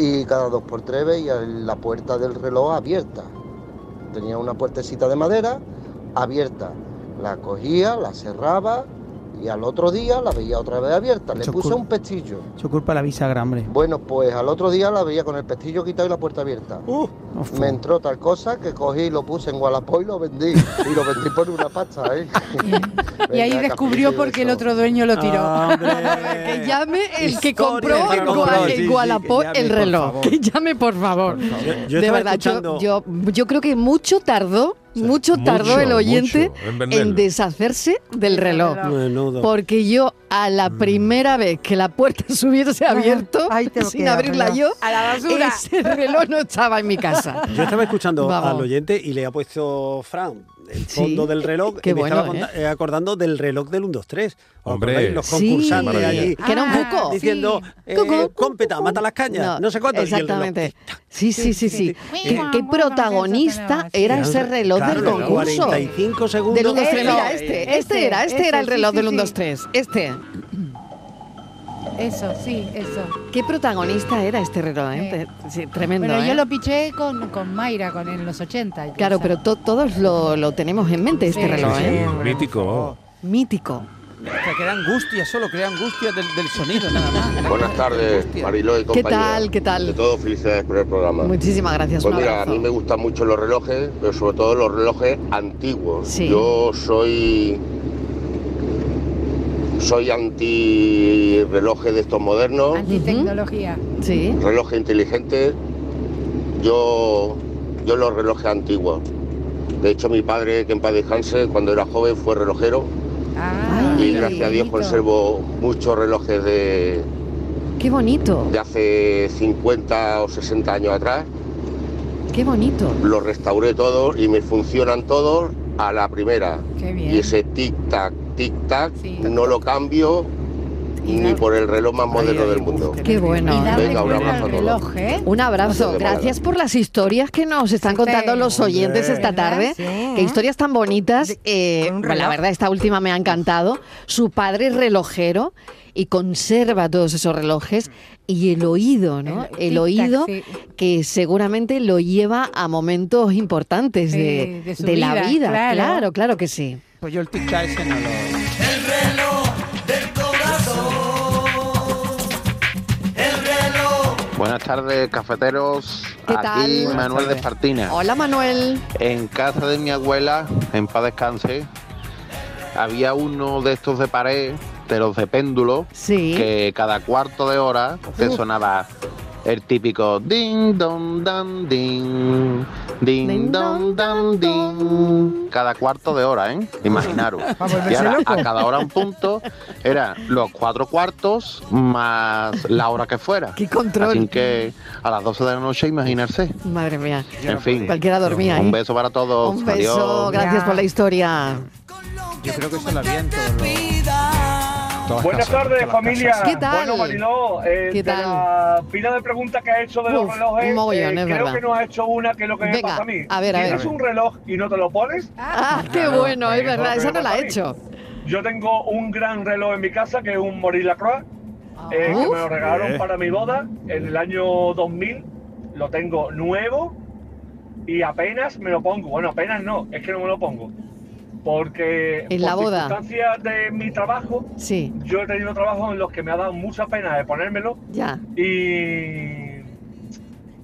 S18: Y cada dos por tres veía la puerta del reloj abierta. Tenía una puertecita de madera abierta. La cogía, la cerraba y al otro día la veía otra vez abierta. Le
S6: Mucho
S18: puse
S6: cul-
S18: un pestillo.
S6: Su culpa la bisagra, hombre.
S18: Bueno, pues al otro día la veía con el pestillo quitado y la puerta abierta.
S6: Ofu.
S18: Me entró tal cosa que cogí y lo puse en Wallapop y lo vendí. Y lo vendí por una pasta, ¿eh?
S4: Y ahí
S18: Venga,
S4: descubrió
S18: cafelito y
S4: por qué el
S18: besos.
S4: otro dueño lo tiró.
S1: Que llame el que
S5: Historia
S1: compró
S5: que
S1: en
S5: compró,
S1: Gua-
S5: sí, sí,
S1: en
S5: que
S1: Gualapó
S5: llame,
S1: el
S5: por
S1: reloj.
S5: favor.
S1: Que llame, por favor.
S5: Yo- yo
S1: de
S5: estaba
S1: verdad, yo,
S5: escuchando-
S1: yo, yo creo que mucho tardó, Mucho tardó
S3: Mucho,
S1: el oyente
S3: mucho en
S1: en,
S3: venderlo.
S1: deshacerse del reloj.
S3: Menudo.
S1: Porque yo a
S5: Mm.
S1: la primera vez que la puerta se hubiese abierto, sin
S5: queda,
S1: abrirla
S5: reloj.
S1: yo,
S5: A la basura.
S1: ese reloj no estaba en mi casa.
S5: Yo estaba escuchando
S1: Vamos.
S5: al oyente y le ha puesto Fran el
S1: Sí,
S5: fondo del reloj.
S1: qué
S5: y me estaba
S1: bueno,
S5: conta- eh, acordando del reloj del 1, 2, 3.
S3: Hombre.
S5: los
S3: Sí,
S5: concursantes
S3: maravilla.
S5: allí.
S1: que era un Ah, cuco.
S5: Diciendo, eh, cómpeta, mata las cañas, no, sé cuánto. y el reloj,
S1: Exactamente. Sí, sí, sí, sí.
S5: Sí.
S1: ¿Qué, qué protagonista era ese reloj
S5: Claro,
S1: del
S5: los
S1: concurso?
S5: 45 segundos.
S1: Del 1, 2, 3.
S5: Eso.
S1: Mira, este, este,
S4: Este,
S1: era, este,
S4: este,
S1: era el
S4: sí,
S1: reloj
S4: sí,
S1: del 1,
S4: sí.
S1: 2, 3. Este.
S4: Eso, sí, eso.
S1: ¿Qué protagonista era este reloj? eh? Sí, tremendo.
S4: Bueno, yo
S1: ¿eh?
S4: lo piché con, con Mayra, con en los 80.
S1: Claro, pero to- todos lo, lo tenemos en mente, este
S4: Sí.
S1: reloj,
S4: Sí,
S1: ¿eh?
S3: Mítico.
S1: Mítico.
S6: sea, crea angustia, solo crea angustia del, del sonido, nada más.
S19: Buenas tardes, Mariló y
S1: ¿Qué
S19: compañeros.
S1: tal? ¿Qué
S19: De
S1: tal?
S19: todo, felicidades por el programa.
S1: Muchísimas gracias,
S19: Pues
S1: un
S19: mira, a
S1: abrazo.
S19: mí me gustan mucho los relojes, pero sobre todo los relojes antiguos.
S1: Sí.
S19: Yo soy. Soy anti relojes de estos modernos,
S4: Y tecnología.
S1: Sí.
S19: relojes inteligentes. Yo. Yo los relojes antiguos. De hecho, mi padre, que en paz descanse, cuando era joven fue relojero.
S1: Ah,
S19: y gracias a Dios conservo muchos relojes de,
S1: Qué bonito,
S19: de hace 50 o 60 años atrás.
S1: qué bonito.
S19: Los restauré todos y me funcionan todos a la primera.
S1: Qué
S19: Y ese tic-tac, tic-tac, no lo cambio ni por el reloj más moderno del mundo.
S1: Qué bueno.
S19: Venga, un abrazo a todos.
S1: Un abrazo.
S19: Gracias,
S1: Gracias por las historias que nos están contando los oyentes esta tarde. Qué historias tan bonitas. Eh, bueno, la
S7: reloj.
S1: verdad, esta última me ha encantado. Su padre es relojero y conserva todos esos relojes. Y el oído, ¿no? El,
S4: tic-tac,
S1: oído
S4: sí.
S1: que seguramente lo lleva a momentos importantes de,
S6: Sí, de su
S1: de la
S6: vida,
S1: vida.
S6: claro.
S1: claro, claro que sí.
S6: Pues yo el tic-tac ese no lo...
S20: Buenas tardes, cafeteros.
S1: ¿Qué
S20: Aquí
S1: tal?
S20: Manuel de Espartina.
S1: Hola, Manuel.
S20: En casa de mi abuela, en paz descanse, había uno de estos de pared, de los de péndulo, que cada cuarto de hora te
S1: Uf.
S20: sonaba el típico ding dong dan ding, ding dong dan ding, cada cuarto de hora, ¿eh? Imaginaros.
S6: Va a volverse
S20: Y ahora,
S6: loco.
S20: a cada hora un punto, era los cuatro cuartos más la hora que fuera.
S1: ¡Qué control!
S20: Así que a las 12 de la noche, imaginarse.
S1: Madre mía.
S20: En fin.
S1: Cualquiera dormía, ¿eh?
S20: Un beso para todos.
S1: Un beso.
S20: Adiós.
S1: Gracias por la historia.
S6: Yo creo que eso lo habían todos
S21: Buenas tardes, familia.
S1: ¿Qué tal?
S21: Bueno, Mariló, eh,
S1: ¿Qué
S21: de
S1: tal?
S21: la pila de preguntas que ha hecho de
S1: Uf,
S21: los relojes, eh,
S1: un mogollón, es
S21: creo
S1: verdad.
S21: que nos ha hecho una que es lo que me
S1: Venga,
S21: pasa a mí.
S1: a ver, a ver.
S21: ¿Tienes un reloj y no te lo pones?
S1: Ah, qué bueno, es verdad, esa no la he hecho.
S21: Yo tengo un gran reloj en mi casa que es un Maurice Lacroix, eh, que
S1: Uf.
S21: me lo regalaron
S1: Eh.
S21: para mi boda en el año 2000. Lo tengo nuevo y apenas me lo pongo. Bueno, apenas no, es que no me lo pongo. Porque
S1: En la
S21: por
S1: boda.
S21: circunstancias de mi trabajo,
S1: Sí,
S21: yo he tenido trabajos en los que me ha dado mucha pena de ponérmelo
S1: ya.
S21: y,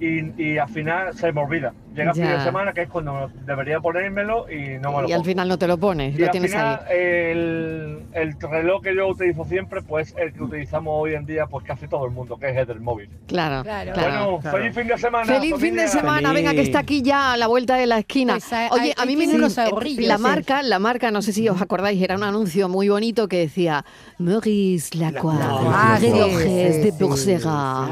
S21: y, y al final se me olvida. Llega el fin
S1: Ya.
S21: de semana, que es cuando debería ponérmelo y no me lo
S1: Y al
S21: pongo.
S1: final no te lo pones,
S21: Y
S1: lo
S21: al
S1: tienes ahí.
S21: final, El, el reloj que yo utilizo siempre, pues el que utilizamos hoy en día, pues casi todo el mundo, que es el del móvil.
S1: Claro,
S21: Bueno,
S1: claro.
S21: feliz fin de semana.
S1: Feliz fin de
S21: familia.
S1: semana, venga que está aquí ya a la vuelta de la esquina.
S4: Pues hay-
S1: Oye,
S4: hay-
S1: a mí
S4: hay
S1: me
S4: que
S1: vino
S4: ser unos ahorrillos,
S1: la
S4: sí.
S1: marca, la marca, no sé si os acordáis, era un anuncio muy bonito que decía Maurice Lacroix,
S7: Ah, sí,
S1: relojes
S7: sí,
S1: de
S7: sí,
S1: Porcega.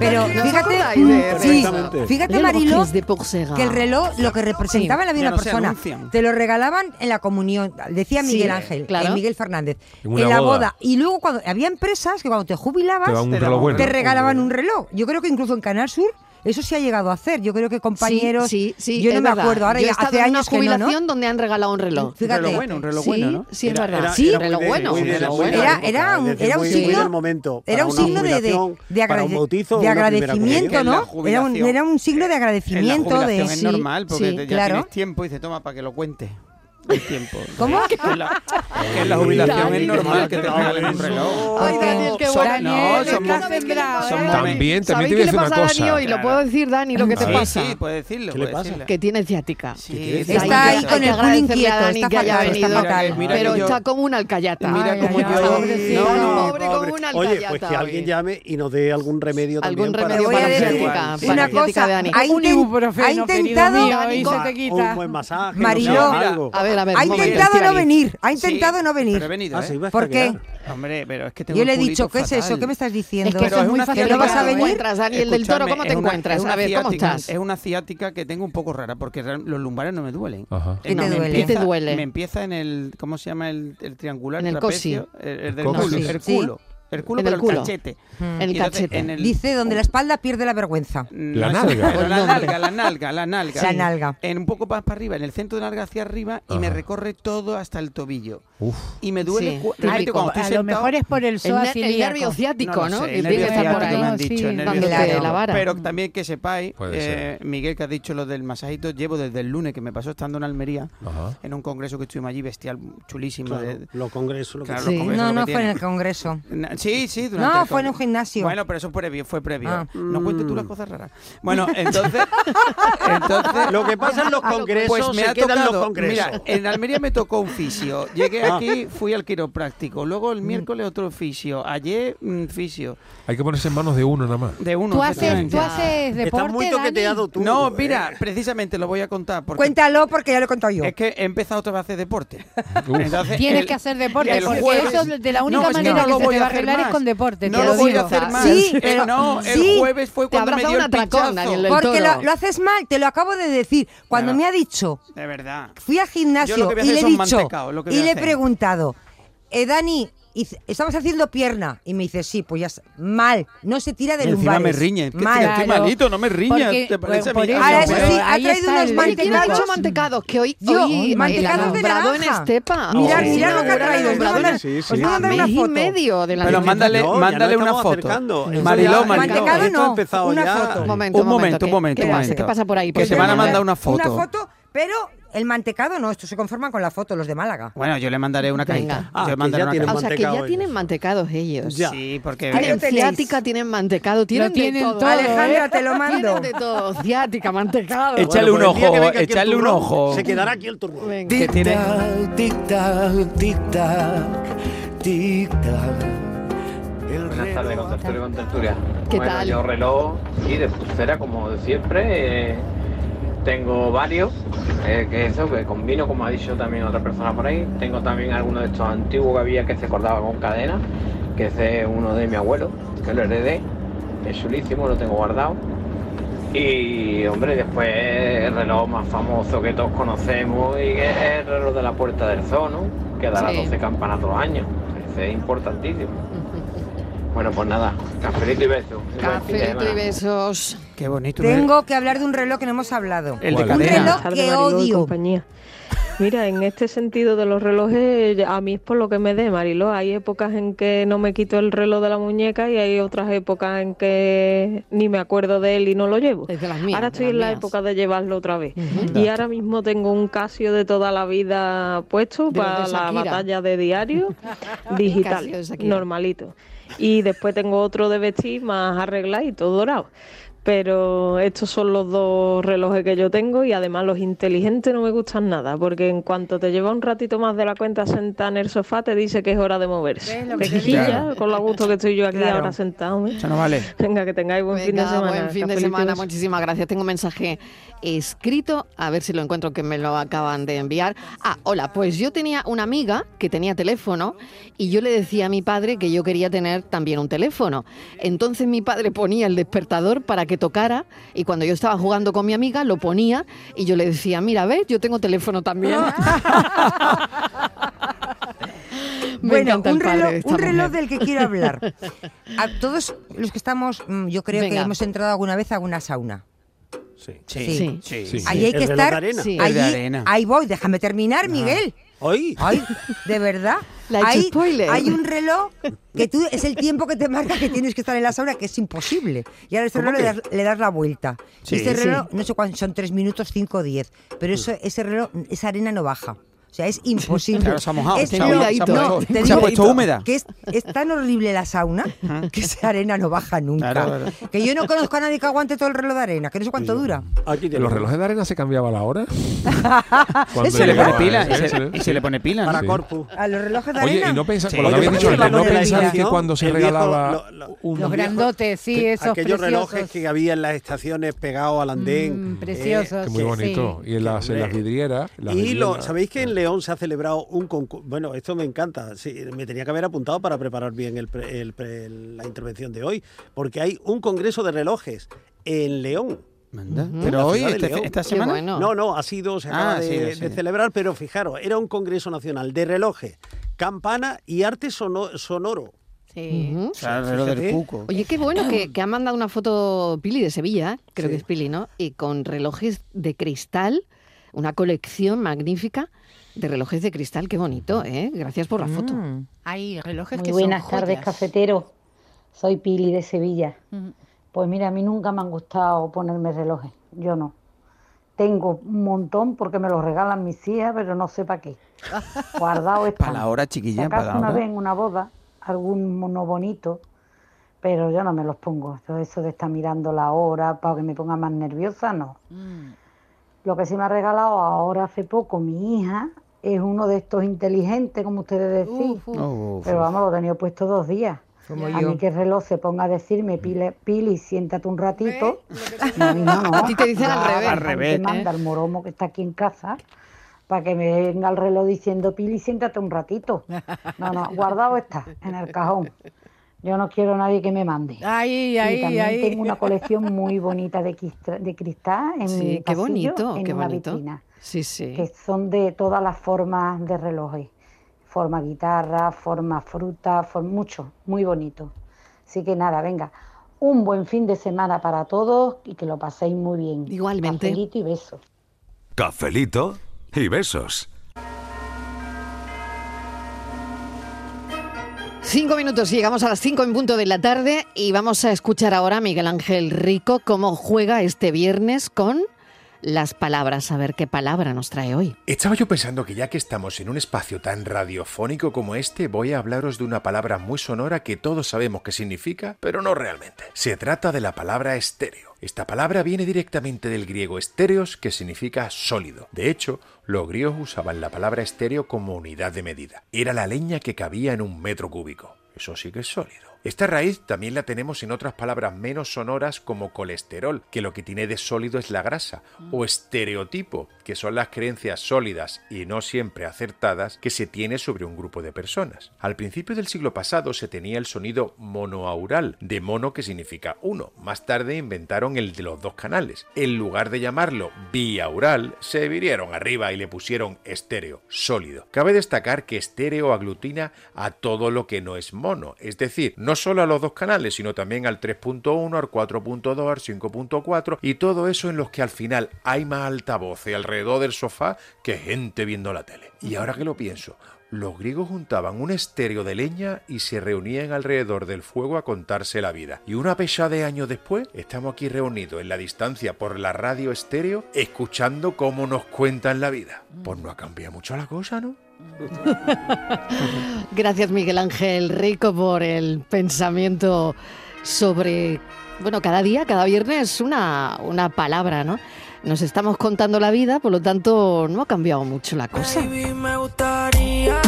S7: Pero
S1: ¿No os
S7: fíjate,
S1: acordáis de-
S7: sí,
S1: Exactamente.
S7: fíjate
S1: Relojes
S7: Mariló,
S1: de Porcega.
S7: que el reloj lo que representaba
S1: Sí,
S7: la vida
S1: ya
S7: de
S1: no
S7: una
S1: se
S7: persona,
S1: anuncian.
S7: te lo regalaban en la comunión, decía
S1: Sí,
S7: Miguel Ángel,
S1: claro.
S7: eh, Miguel Fernández,
S1: En una
S7: en la
S1: boda.
S7: boda. y luego cuando había empresas que cuando te jubilabas
S3: Te daban un Te reloj daban un
S7: te
S3: reloj.
S7: regalaban un reloj. Yo creo que incluso en Canal Sur eso se ha llegado a hacer. Yo creo que compañeros,
S1: sí, sí,
S7: yo no
S1: es
S7: me
S1: verdad.
S7: acuerdo, ahora
S1: Yo he
S7: ya
S1: estado
S7: hace
S1: en una
S7: años que no,
S1: jubilación
S7: ¿no?
S1: donde han regalado un reloj.
S7: Fíjate. reloj bueno, un reloj
S1: Sí,
S7: bueno, ¿no?
S1: Sí, es
S7: Era-
S1: verdad.
S7: era-
S1: sí,
S7: era
S1: reloj
S7: muy de-
S1: bueno.
S7: muy de-
S1: reloj
S7: muy de
S1: bueno.
S7: la época, Era- era un- desde era un muy- muy signo- del
S5: momento,
S7: Era un
S5: para una
S7: signo de, de,
S5: jubilación,
S7: de
S5: para un
S7: agrade-
S5: bautizo,
S7: de
S5: una primera
S7: agradecimiento,
S5: comunión.
S7: ¿no?
S6: En la
S7: Era un,
S6: jubilación.
S7: era un signo de
S6: En la
S7: agradecimiento.
S6: jubilación
S7: de,
S6: es
S7: sí,
S6: normal, porque
S7: sí,
S6: te- ya
S7: claro.
S6: tienes tiempo y dices, toma, para que lo cuente. el tiempo.
S7: ¿Cómo?
S6: Que la- que la jubilación es
S7: Daniel,
S6: normal que te
S7: no,
S6: regalen un reloj.
S1: Ay, Daniel, qué
S6: Son-
S1: bueno.
S6: No,
S1: Daniel,
S6: son
S1: estás desbravo,
S6: son
S1: ¿eh?
S6: momen-
S3: También, también te
S1: ¿Sabéis
S3: voy a
S1: qué le
S3: decir una
S1: pasa a Dani
S3: cosa.
S1: hoy? ¿Lo puedo decir, Dani, lo que te
S3: Sí,
S1: pasa?
S5: este.
S6: Sí, puedes decirlo.
S3: ¿Qué le
S6: puedes
S3: pasa?
S6: decirlo.
S1: Que tiene ciática.
S6: Sí,
S7: Está
S1: Hay
S7: ahí
S1: que-
S7: con
S1: hay que
S7: el culo
S1: agradecerle
S7: inquieto,
S1: a Dani
S7: está
S1: que haya
S7: fatal, está
S1: venido,
S7: fatal.
S6: Mira que
S1: pero
S6: yo-
S1: está como una alcayata.
S6: Mira
S1: Ay,
S6: como
S1: ay, ay,
S6: yo-
S1: pobrecito,
S6: No, no,
S1: pobre, como una
S5: Oye,
S1: alcayata.
S5: pues que alguien
S1: oye.
S5: llame y nos dé algún remedio
S1: Algún
S5: también
S1: remedio
S5: para,
S1: para la
S5: Sí,
S1: ciática,
S5: sí.
S1: para la
S7: Una
S1: ciática
S7: cosa,
S1: de Dani.
S7: ha,
S1: Un
S7: inten-
S1: ibuprofeno,
S7: ha
S1: querido
S7: intentado,
S1: mío, ahí se te
S5: Un buen masaje.
S7: Mariló,
S5: no sé,
S7: mira,
S5: algo.
S1: A ver, a ver,
S7: ha
S1: un momento.
S7: intentado no
S1: Estivali.
S7: venir, ha intentado no venir.
S6: Pero he venido,
S5: Ah,
S6: ¿eh?
S5: sí, vas a
S7: ¿Por qué?
S5: quedar.
S6: Hombre, pero es que tengo
S7: Yo le he
S6: un
S7: dicho,
S6: culito
S7: ¿qué es eso?
S6: fatal.
S7: ¿Qué me estás
S1: Es
S7: diciendo?
S1: que eso es
S6: es
S1: muy
S6: una
S1: fácil.
S7: ¿No
S1: ¿No
S7: vas a venir?
S1: Daniel del Toro? ¿Cómo te
S6: Escúchame, es una-
S1: encuentras?
S6: es una
S1: A ver, ¿cómo
S6: ciática-
S1: estás?
S6: Es una ciática que tengo un poco rara, porque real- los lumbares no me duelen.
S3: Ajá.
S7: ¿Qué
S6: Eh, no,
S7: te
S6: me
S7: duele?
S6: empieza-
S1: ¿Qué te duele?
S6: Me empieza en el, ¿cómo se llama? El, el triangular,
S1: En el
S6: trapecio, El, el del
S3: coxis.
S6: culo, el
S7: Sí.
S6: culo. El culo,
S1: En
S6: pero
S1: el
S6: el,
S1: culo.
S6: cachete.
S1: En
S6: Y
S1: el
S6: entonces,
S1: cachete.
S6: en el-
S7: Dice, donde la espalda pierde la vergüenza.
S6: No,
S3: La
S6: eso-
S3: nalga.
S6: pero La nalga, la nalga, la nalga.
S7: La nalga.
S6: En un poco más para arriba, en el centro de la nalga hacia arriba y me
S3: Ajá.
S6: recorre todo hasta el tobillo.
S3: Uf.
S6: Y me duele
S1: Sí,
S6: cu- realmente
S1: típico.
S6: cuando estoy
S4: A lo
S6: sentado-
S4: mejor es por el
S1: El,
S4: psoas
S1: ner- el
S4: ilíaco.
S1: nervio ciático,
S6: lo
S1: ¿no?
S6: sé,
S1: Que
S6: el
S1: tiene que
S6: nervio
S1: estar por
S6: ciático me han
S1: ahí.
S6: dicho, el nervio
S1: Dándote
S6: ciático.
S1: la vara.
S6: Pero también que sepáis,
S3: Puede
S6: eh, Miguel, que has dicho lo del masajito, llevo desde el lunes que me pasó estando en Almería,
S3: Ajá.
S6: en un congreso que estuvimos allí, bestial, chulísimo.
S5: Claro,
S6: de-
S5: los congresos, lo que
S6: Claro,
S5: sea.
S6: los
S1: Sí.
S6: congresos
S7: No,
S6: lo que
S7: no fue en
S6: tienen.
S7: el Congreso.
S6: Na- Sí, sí, durante
S7: No,
S6: el
S7: fue en
S6: congreso.
S7: un gimnasio.
S6: Bueno, pero eso fue previo, fue previo.
S7: Ah.
S6: No cuentes
S1: Mm.
S6: tú las cosas raras. Bueno, entonces, entonces
S5: Lo que pasa en los congresos
S6: pues me
S5: se
S6: ha
S5: quedan
S6: tocado,
S5: los congresos.
S6: Mira, en Almería me tocó un fisio. Llegué
S5: Ah. Mm.
S6: aquí, fui al quiropráctico. Luego el miércoles otro fisio. Ayer un fisio.
S3: Hay que ponerse en manos de uno nada más.
S6: De uno.
S4: ¿Tú haces,
S6: efectivamente.
S4: tú haces deporte,
S5: Estás muy
S4: Dani?
S5: toqueteado tú.
S6: No,
S5: eh.
S6: mira, precisamente lo voy a contar. Porque
S7: Cuéntalo porque ya lo he contado yo.
S6: Es que he empezado otra vez a hacer deporte.
S3: Uf.
S6: Entonces,
S4: Tienes
S6: el-
S4: que hacer deporte,
S6: el
S4: porque
S6: jueves-
S4: eso de la única
S6: No, es que
S4: manera
S6: no
S4: que,
S6: lo
S4: se
S6: voy
S4: te
S6: a
S4: va a
S6: hacer
S4: arreglar es
S6: más.
S4: con deporte.
S6: No
S4: te
S6: lo voy
S4: digo.
S6: a hacer más.
S7: Sí,
S6: Eh,
S7: pero-
S6: no, el
S7: sí.
S6: jueves fue
S1: Te
S6: cuando me
S1: abraza
S6: dio
S1: un
S6: el
S1: atracón,
S6: pinchazo.
S1: Daniel del
S7: Porque
S1: Toro.
S7: lo, lo haces mal, te lo acabo de decir. Cuando
S6: Claro.
S7: me ha dicho,
S6: De verdad.
S7: fui al gimnasio
S6: Yo lo que voy a
S7: y
S6: hacer
S7: le he
S6: son
S7: dicho,
S6: mantecaos, lo que voy
S7: y
S6: a
S7: le he
S6: hacer.
S7: preguntado, eh, Dani, hice- estamos haciendo pierna. Y me dice, sí, pues ya, s- mal, no se tira de
S6: Y encima
S7: lumbares.
S6: me riñe. Que
S7: Mal.
S6: estoy malito, no me riñas.
S4: Porque-
S6: ¿Te parece
S4: por
S6: a mí?
S4: eso,
S7: Ahora, eso
S4: pero
S7: sí, ha
S4: ahí
S7: traído
S4: está
S7: unos
S4: el-
S1: Oye, ¿Quién ha
S7: mantecados.
S1: dicho mantecados? Que hoy,
S7: Yo,
S1: hoy
S7: mantecados
S1: el
S7: de
S1: alumbrado en
S7: naranja.
S1: Estepa.
S7: Mirad,
S5: Oh, sí.
S7: mirad lo que ha traído. Os voy a
S1: Alumbrado en-
S7: mandar,
S5: Sí, sí,
S7: os voy a mandar
S1: mes
S7: una
S1: y
S7: foto.
S1: medio de la
S6: Pero
S1: noche.
S6: mándale,
S5: No, ya
S6: mándale
S5: no
S6: una
S5: estamos
S6: foto.
S5: acercando. Eso
S6: Mariló,
S5: ya-
S6: Mariló.
S1: Ah,
S7: Mantecado
S5: Esto ha
S7: no,
S5: empezado
S7: una
S5: ya.
S7: foto.
S1: Un momento,
S6: Un momento, un
S1: ¿qué-
S6: momento,
S1: ¿Qué,
S6: un
S1: pasa?
S6: momento.
S1: ¿Qué pasa por ahí?
S6: Que
S1: Pues
S6: se
S1: yo
S6: van a
S1: voy
S6: mandar
S1: ver.
S6: una foto.
S7: Una foto, pero el mantecado no, estos se conforman con la foto, los de Málaga.
S6: Bueno, yo le mandaré una
S1: Venga.
S6: cajita.
S5: Ah,
S6: yo le
S5: que
S6: mandaré
S5: ya
S6: una
S5: tiene
S1: Ah,
S6: cajita.
S1: O sea, que
S5: mantecado
S1: ya
S5: ellos.
S1: tienen mantecados ellos.
S5: Ya.
S6: Sí, porque...
S7: Ahí lo
S1: Tienen
S7: tenéis.
S1: ciática, tienen mantecado, tienen,
S4: tienen
S1: de todo.
S4: todo,
S7: Alejandra,
S4: ¿eh?
S7: te lo mando.
S1: Tienen de todo, ciática, mantecado.
S6: Echa- Echale
S5: Bueno,
S6: un
S5: pues el día que
S6: ojo,
S5: venga aquí el
S6: echale un
S5: turrón,
S6: ojo.
S5: Se quedará aquí el turno.
S1: Venga.
S6: que
S8: Tic
S6: tiene-
S8: tac, tic tac, tic tac, tic tac. El
S2: Buenas tardes,
S8: reloj-
S2: contertulio, contertulia.
S1: ¿Qué
S2: bueno,
S1: tal?
S2: yo reloj, sí, de pulsera, como de siempre. eh, tengo varios, eh, que eso, que combino, como ha dicho también otra persona por ahí. Tengo también algunos de estos antiguos que había que se cortaba con cadena, que ese es uno de mi abuelo, que lo heredé. Es chulísimo, lo tengo guardado. Y, hombre, después el reloj más famoso que todos conocemos y que es el reloj de la Puerta del Zoo, ¿no? Que da
S1: Sí.
S2: las 12 campanas todos los años. Ese es importantísimo. Bueno, pues nada, cafelito y beso.
S1: Cafelito y besos.
S6: Qué bonito.
S7: Tengo que hablar de un reloj que no hemos hablado.
S6: El de
S3: ¿Cuál?
S7: Un
S6: cadena.
S7: reloj que odio.
S13: compañía. Mira, en este sentido de los relojes, a mí es por lo que me dé, Mariló. Hay épocas en que no me quito el reloj de la muñeca y hay otras épocas en que ni me acuerdo de él y no lo llevo.
S1: Es de las mías,
S13: ahora
S1: de
S13: estoy
S1: las
S13: en la
S1: mías.
S13: época de llevarlo otra vez.
S1: Ujú.
S13: Y ahora mismo tengo un Casio de toda la vida puesto
S1: De los de
S13: para la
S1: Shakira.
S13: batalla de diario digital,
S1: Casio de Shakira.
S13: normalito. Y después tengo otro de vestir más arreglado y todo dorado. Pero estos son los dos relojes que yo tengo y además los inteligentes no me gustan nada, porque en cuanto te lleva un ratito más de la cuenta sentada en el sofá, te dice que es hora de moverse.
S4: ¿Ves lo que
S13: Te
S4: te
S13: quilla,
S6: digo?
S13: con lo gusto que estoy yo aquí
S7: Claro.
S13: ahora sentado. ¿eh?
S6: Eso no vale.
S13: Venga, que tengáis buen fin de
S1: Venga,
S13: semana.
S1: buen fin de
S13: Cafelito y
S1: semana.
S13: besos.
S1: Muchísimas gracias. Tengo un mensaje escrito, a ver si lo encuentro, que me lo acaban de enviar. Ah, hola, pues yo tenía una amiga que tenía teléfono y yo le decía a mi padre que yo quería tener también un teléfono. Entonces mi padre ponía el despertador para que tocara y cuando yo estaba jugando con mi amiga lo ponía y yo le decía, mira, ves, yo tengo teléfono también. Me
S7: Bueno,
S1: encanta el
S7: un
S1: padre
S7: reloj,
S1: de esta
S7: un reloj
S1: mujer.
S7: del que quiero hablar. A todos los que estamos, mm, yo creo que
S1: Venga.
S7: hemos entrado alguna vez a alguna sauna.
S5: Sí.
S7: Sí.
S1: Sí.
S6: Sí.
S3: Sí.
S7: Ahí
S5: El
S7: hay que
S5: reloj de
S7: estar.
S5: arena. Ah.
S1: Sí.
S6: El de
S7: allí-
S6: arena.
S7: ahí voy, déjame terminar, Miguel.
S5: Hoy.
S7: Ay, de verdad.
S1: Le ha hecho
S7: hay,
S1: spoiler.
S7: hay un reloj que tú es el tiempo que te marca que tienes que estar en la sauna, que es imposible. Y ahora este
S5: ¿Cómo
S7: reloj le das,
S5: que?
S7: le das la vuelta.
S6: Sí,
S7: este
S6: sí.
S7: reloj, no sé cuánto, son 3 minutos 5 o 10. Pero eso, ese reloj, esa arena no baja. O sea, es imposible.
S6: Claro, se ha mojado,
S7: Es
S6: se ha mojado,
S7: lo-
S6: se ha mojado.
S7: te
S6: Se ha
S7: digo
S6: puesto húmeda.
S7: Que es, es tan horrible la sauna que esa arena no baja nunca.
S6: Claro, claro. Pues
S7: Que yo no conozco a nadie que aguante todo el reloj de arena, que no sé cuánto dura.
S3: ¿Los relojes de arena se cambiaba la hora? Cuando
S6: se le pone
S3: llegaba,
S6: pila, y
S3: ¿eh?
S6: se, y se le pone pila.
S3: Para
S5: corpus.
S7: A los relojes de
S3: Oye,
S7: arena.
S3: y no pensáis,
S6: Sí.
S3: con lo que
S6: Oye,
S3: habéis dicho
S6: ¿por qué
S3: antes, no
S6: hablamos de la
S3: pensáis
S6: isla,
S3: que
S6: no?
S3: cuando se
S6: El viejo-
S3: regalaba...
S6: lo-
S5: unos
S4: Los
S5: viejos-
S4: grandotes, sí,
S5: que-
S4: esos
S5: Aquellos
S4: preciosos.
S5: relojes que había en las estaciones pegados al
S1: Mm,
S5: andén. eh,
S4: preciosos,
S3: que muy bonito. Y en las, en las vidrieras... las
S5: y lo,
S3: vidrieras.
S5: sabéis que en León se ha celebrado un concurso. Bueno, esto me encanta. Sí, me tenía que haber apuntado para preparar bien el pre- el pre- la intervención de hoy, porque hay un congreso de relojes en León.
S6: Ujú.
S5: en
S6: Pero
S5: la
S6: hoy,
S5: ciudad de
S6: este-
S5: León.
S6: esta Qué semana. bueno.
S5: No, no, ha sido, se acaba
S6: Ah,
S5: de,
S6: sí,
S5: de
S6: sí.
S5: celebrar, pero fijaros, era un congreso nacional de relojes, campana y arte sono- sonoro.
S4: Sí.
S1: Ujú.
S6: O sea, el reloj del
S5: Fíjate.
S6: cuco.
S1: Oye, qué bueno que, que ha mandado una foto Pili de Sevilla, creo
S5: Sí.
S1: que es Pili, ¿no? Y con relojes de cristal, una colección magnífica de relojes de cristal, qué bonito, ¿eh? Gracias por la foto.
S4: Mm. Hay relojes
S11: Muy
S4: que
S11: buenas
S4: son
S11: tardes,
S4: joyas.
S11: cafetero. Soy Pili de Sevilla.
S4: Ujú.
S11: Pues mira, a mí nunca me han gustado ponerme relojes. Yo no. Tengo un montón porque me los regalan mis hijas, pero no sé para qué. Guardado están.
S6: Para la hora, chiquilla,
S11: Si
S6: para
S11: acaso
S6: la
S11: una vez
S6: hora.
S11: en una boda, algún mono bonito, pero yo no me los pongo. Yo eso de estar mirando la hora para que me ponga más nerviosa, no.
S6: Mm.
S11: Lo que sí me ha regalado ahora hace poco mi hija es uno de estos inteligentes, como ustedes decís.
S6: Uf,
S11: Pero
S6: uf.
S11: vamos, lo he tenido puesto dos días.
S7: Como
S11: a
S7: yo.
S11: mí que el reloj se ponga a decirme,
S1: Mm.
S11: Pili, Pili siéntate un ratito.
S1: A ti te dicen al revés.
S11: Al
S1: Al revés, ¿eh?
S11: manda el moromo que está aquí en casa para que me venga el reloj diciendo, Pili, siéntate un ratito. No, no, guardado está en el cajón. Yo no quiero a nadie que me mande.
S4: Ay, ay,
S11: y también
S4: ay.
S11: tengo una colección muy bonita de, quistra- de cristal en mi
S1: Sí, qué
S11: pasillo,
S1: bonito,
S11: en
S1: qué
S11: una
S1: bonito.
S11: vitrina
S1: Sí, sí.
S11: que son de todas las formas de relojes. Forma guitarra, forma fruta, for- mucho, muy bonito. Así que nada, venga, un buen fin de semana para todos y que lo paséis muy bien. Igualmente. y besos.
S9: Cafelito y besos.
S1: Cinco minutos, y llegamos a las cinco en punto de la tarde y vamos a escuchar ahora a Miguel Ángel Rico cómo juega este viernes con las palabras, a ver qué palabra nos trae hoy.
S22: Estaba yo pensando que ya que estamos en un espacio tan radiofónico como este, voy a hablaros de una palabra muy sonora que todos sabemos qué significa, pero no realmente. Se trata de la palabra estéreo. Esta palabra viene directamente del griego estéreos, que significa sólido. De hecho, los griegos usaban la palabra estéreo como unidad de medida. Era la leña que cabía en un metro cúbico. Eso sí que es sólido. Esta raíz también la tenemos en otras palabras menos sonoras como colesterol, que lo que tiene de sólido es la grasa, o estereotipo, que son las creencias sólidas y no siempre acertadas que se tiene sobre un grupo de personas. Al principio del siglo pasado se tenía el sonido monoaural, de mono que significa uno. Más tarde inventaron el de los dos canales. En lugar de llamarlo biaural, se vinieron arriba y le pusieron estéreo, sólido. Cabe destacar que estéreo aglutina a todo lo que no es mono, es decir, no solo a los dos canales, sino también al 3.1, al 4.2, al 5.4 y todo eso en los que al final hay más altavoces alrededor del sofá que gente viendo la tele. Y ahora que lo pienso, los griegos juntaban un estéreo de leña y se reunían alrededor del fuego a contarse la vida. Y una pecha de años después, estamos aquí reunidos en la distancia por la radio estéreo, escuchando cómo nos cuentan la vida. Pues no ha cambiado mucho la cosa, ¿no?
S1: Gracias Miguel Ángel Rico por el pensamiento sobre, bueno, cada día, cada viernes una, una palabra, ¿no? Nos estamos contando la vida, por lo tanto no ha cambiado mucho la cosa.
S23: Baby, me gustaría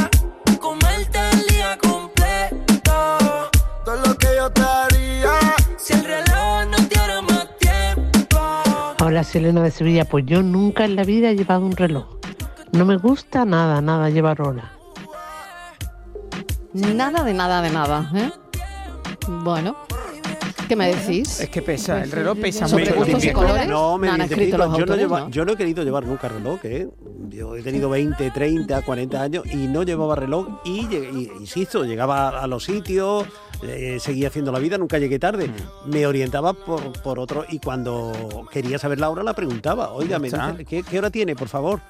S23: comerte el día completo. Todo lo que yo te haría si el reloj no diera más tiempo.
S24: Hola, soy Elena de Sevilla. Pues yo nunca en la vida he llevado un reloj. No me gusta nada, nada llevar hora.
S1: Nada de nada de nada, ¿eh? Bueno, ¿qué me decís?
S6: Es que pesa, el reloj pesa
S1: Sobre
S6: mucho.
S1: gustos y colores,
S5: No, me
S1: no han escrito
S5: identifico.
S1: los
S5: yo, no
S1: autores,
S5: lleva-
S1: ¿no?
S5: yo no he querido llevar nunca reloj, ¿eh? Yo he tenido 20, 30, 40 años y no llevaba reloj y, lle- y- insisto, llegaba a los sitios, eh, seguía haciendo la vida, nunca llegué tarde.
S6: Mm.
S5: Me orientaba por, por otro y cuando quería saber la hora la preguntaba. Oiga, me
S6: Está.
S5: dice, ¿qué, qué hora tiene, por favor?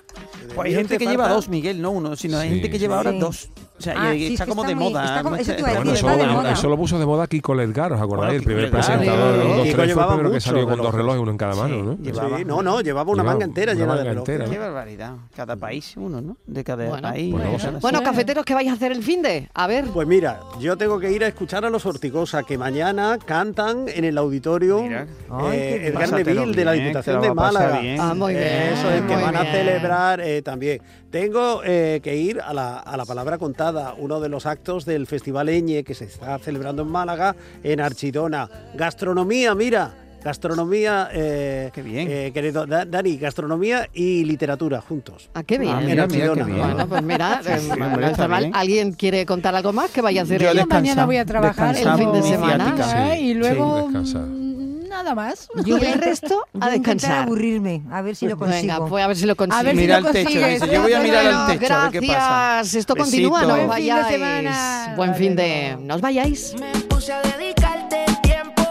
S6: Pues hay
S5: Mira,
S6: gente
S5: te
S6: que lleva
S5: falta-
S6: dos, Miguel, no uno, sino hay
S5: Sí.
S6: gente que lleva ahora
S5: Sí.
S6: dos. O sea,
S7: Ah,
S6: y- y
S7: sí, es
S6: está
S7: que
S6: como
S7: está
S6: de
S7: muy-
S6: moda.
S7: está como-
S6: ¿no?
S7: eso te iba a
S6: Está-
S3: Bueno,
S7: decir,
S3: eso,
S7: está de
S3: lo-
S7: moda.
S3: eso lo puso de moda Kiko Lesgar, ¿os acordáis? el primer
S6: Kiko Lesgar.
S3: presentador de los dos
S5: Kiko
S3: tres fue el
S5: llevaba
S3: primero que
S5: muchos
S3: salió con dos
S5: relojes.
S3: relojes, uno en cada mano, ¿no?
S5: Sí, no, no, llevaba una
S3: Llevaba
S5: manga entera
S3: una
S5: llena
S3: manga
S5: de relojes.
S3: entera,
S6: Qué barbaridad. Cada país uno, ¿no? De cada
S5: Bueno,
S6: país.
S5: bueno.
S6: cada-
S1: Bueno,
S5: Sí.
S1: cafeteros, ¿qué vais a hacer el fin de? A ver.
S5: Pues mira, yo tengo que ir a escuchar a los Horticosa que mañana cantan en el auditorio eh,
S6: Ay, qué
S5: Edgar
S6: bien.
S5: Neville de la
S6: Pásatelo
S5: Diputación
S6: bien,
S5: de
S6: te lo va a pasar
S5: Málaga.
S6: bien. Ah, muy bien,
S5: Eso es, que
S6: muy
S5: van a
S6: bien.
S5: celebrar eh, también. Tengo eh, que ir a la, a la palabra contada, uno de los actos del Festival Eñe que se está celebrando en Málaga, en Archidona. Gastronomía, mira. Gastronomía, eh, eh, querido Da- Dani, gastronomía y literatura juntos.
S1: Ah, qué bien.
S5: En
S1: mira,
S5: Archidona.
S1: mira, qué bien. Bueno, pues mira, eh,
S5: Sí, sí,
S1: no
S5: hombre,
S1: está
S5: está
S1: mal.
S5: bien.
S1: ¿alguien quiere contar algo más que vaya a hacer
S6: Yo
S1: el
S6: descansa-
S1: mañana
S6: voy a trabajar
S1: el fin de
S6: descansamos.
S1: semana?
S6: Ciática.
S4: ¿eh? Y luego
S3: descansar.
S4: mm, nada más.
S1: Yo el resto a
S7: Voy intentar
S1: descansar.
S7: aburrirme, a ver si lo consigo.
S1: Venga, pues a ver si lo consigo.
S7: A ver si
S6: Mira
S7: lo
S6: al techo,
S7: consigues.
S6: dice, yo voy a mirar al
S1: Bueno,
S6: techo, a ver qué pasa.
S1: Gracias. Esto
S6: Besito.
S1: continúa, no os
S6: Buen fin de
S1: vayáis. Buen fin de. No os vayáis.
S23: Me puse a dedicarte tiempo,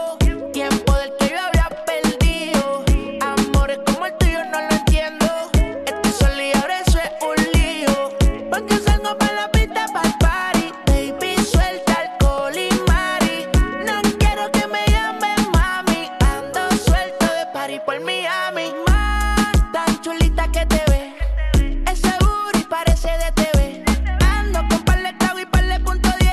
S23: tiempo del que yo había perdido. Amores como el tuyo no lo entiendo. Estoy solo y ahora eso es un lío. Porque salgo para la pista para party. Baby, suelta alcohol y mari. No quiero que me llamen mami. Ando suelto de party por Miami. Más tan chulita que te ves. Es seguro y parece de TV. Ando con par de clavo y par de punto 10.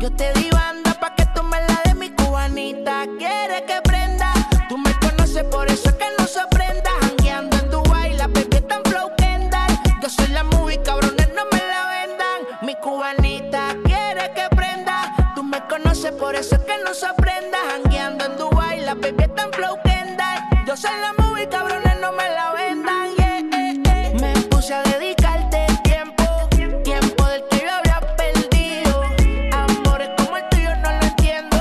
S23: Yo te di banda pa' que tú me la de mi cubanita. Quiere que prenda. Tú me conoces, por eso es que no se prenda. Jangueando en Dubai, la bebé está en Flow Kendall. Yo soy la movie, cabrones, no me la vendan. Mi cubanita quiere que prenda. Tú me conoces, por eso es que no se prenda. Jangueando en Dubai, la bebé está en Flow Kendall. Yo soy la movie, cabrones, no me la vendan. Yeah, eh, eh. Me puse a dedicarte tiempo, tiempo del que yo había perdido. Amores como el tuyo no lo entiendo.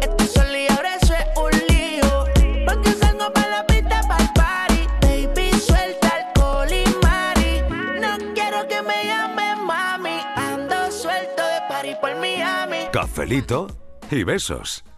S23: Estoy solo y ahora eso es un lío. Porque salgo para la pista para party. Baby, suelta alcohol y mari. No quiero que me llamen mami. Ando suelto de party por Miami.
S9: Cafelito y besos.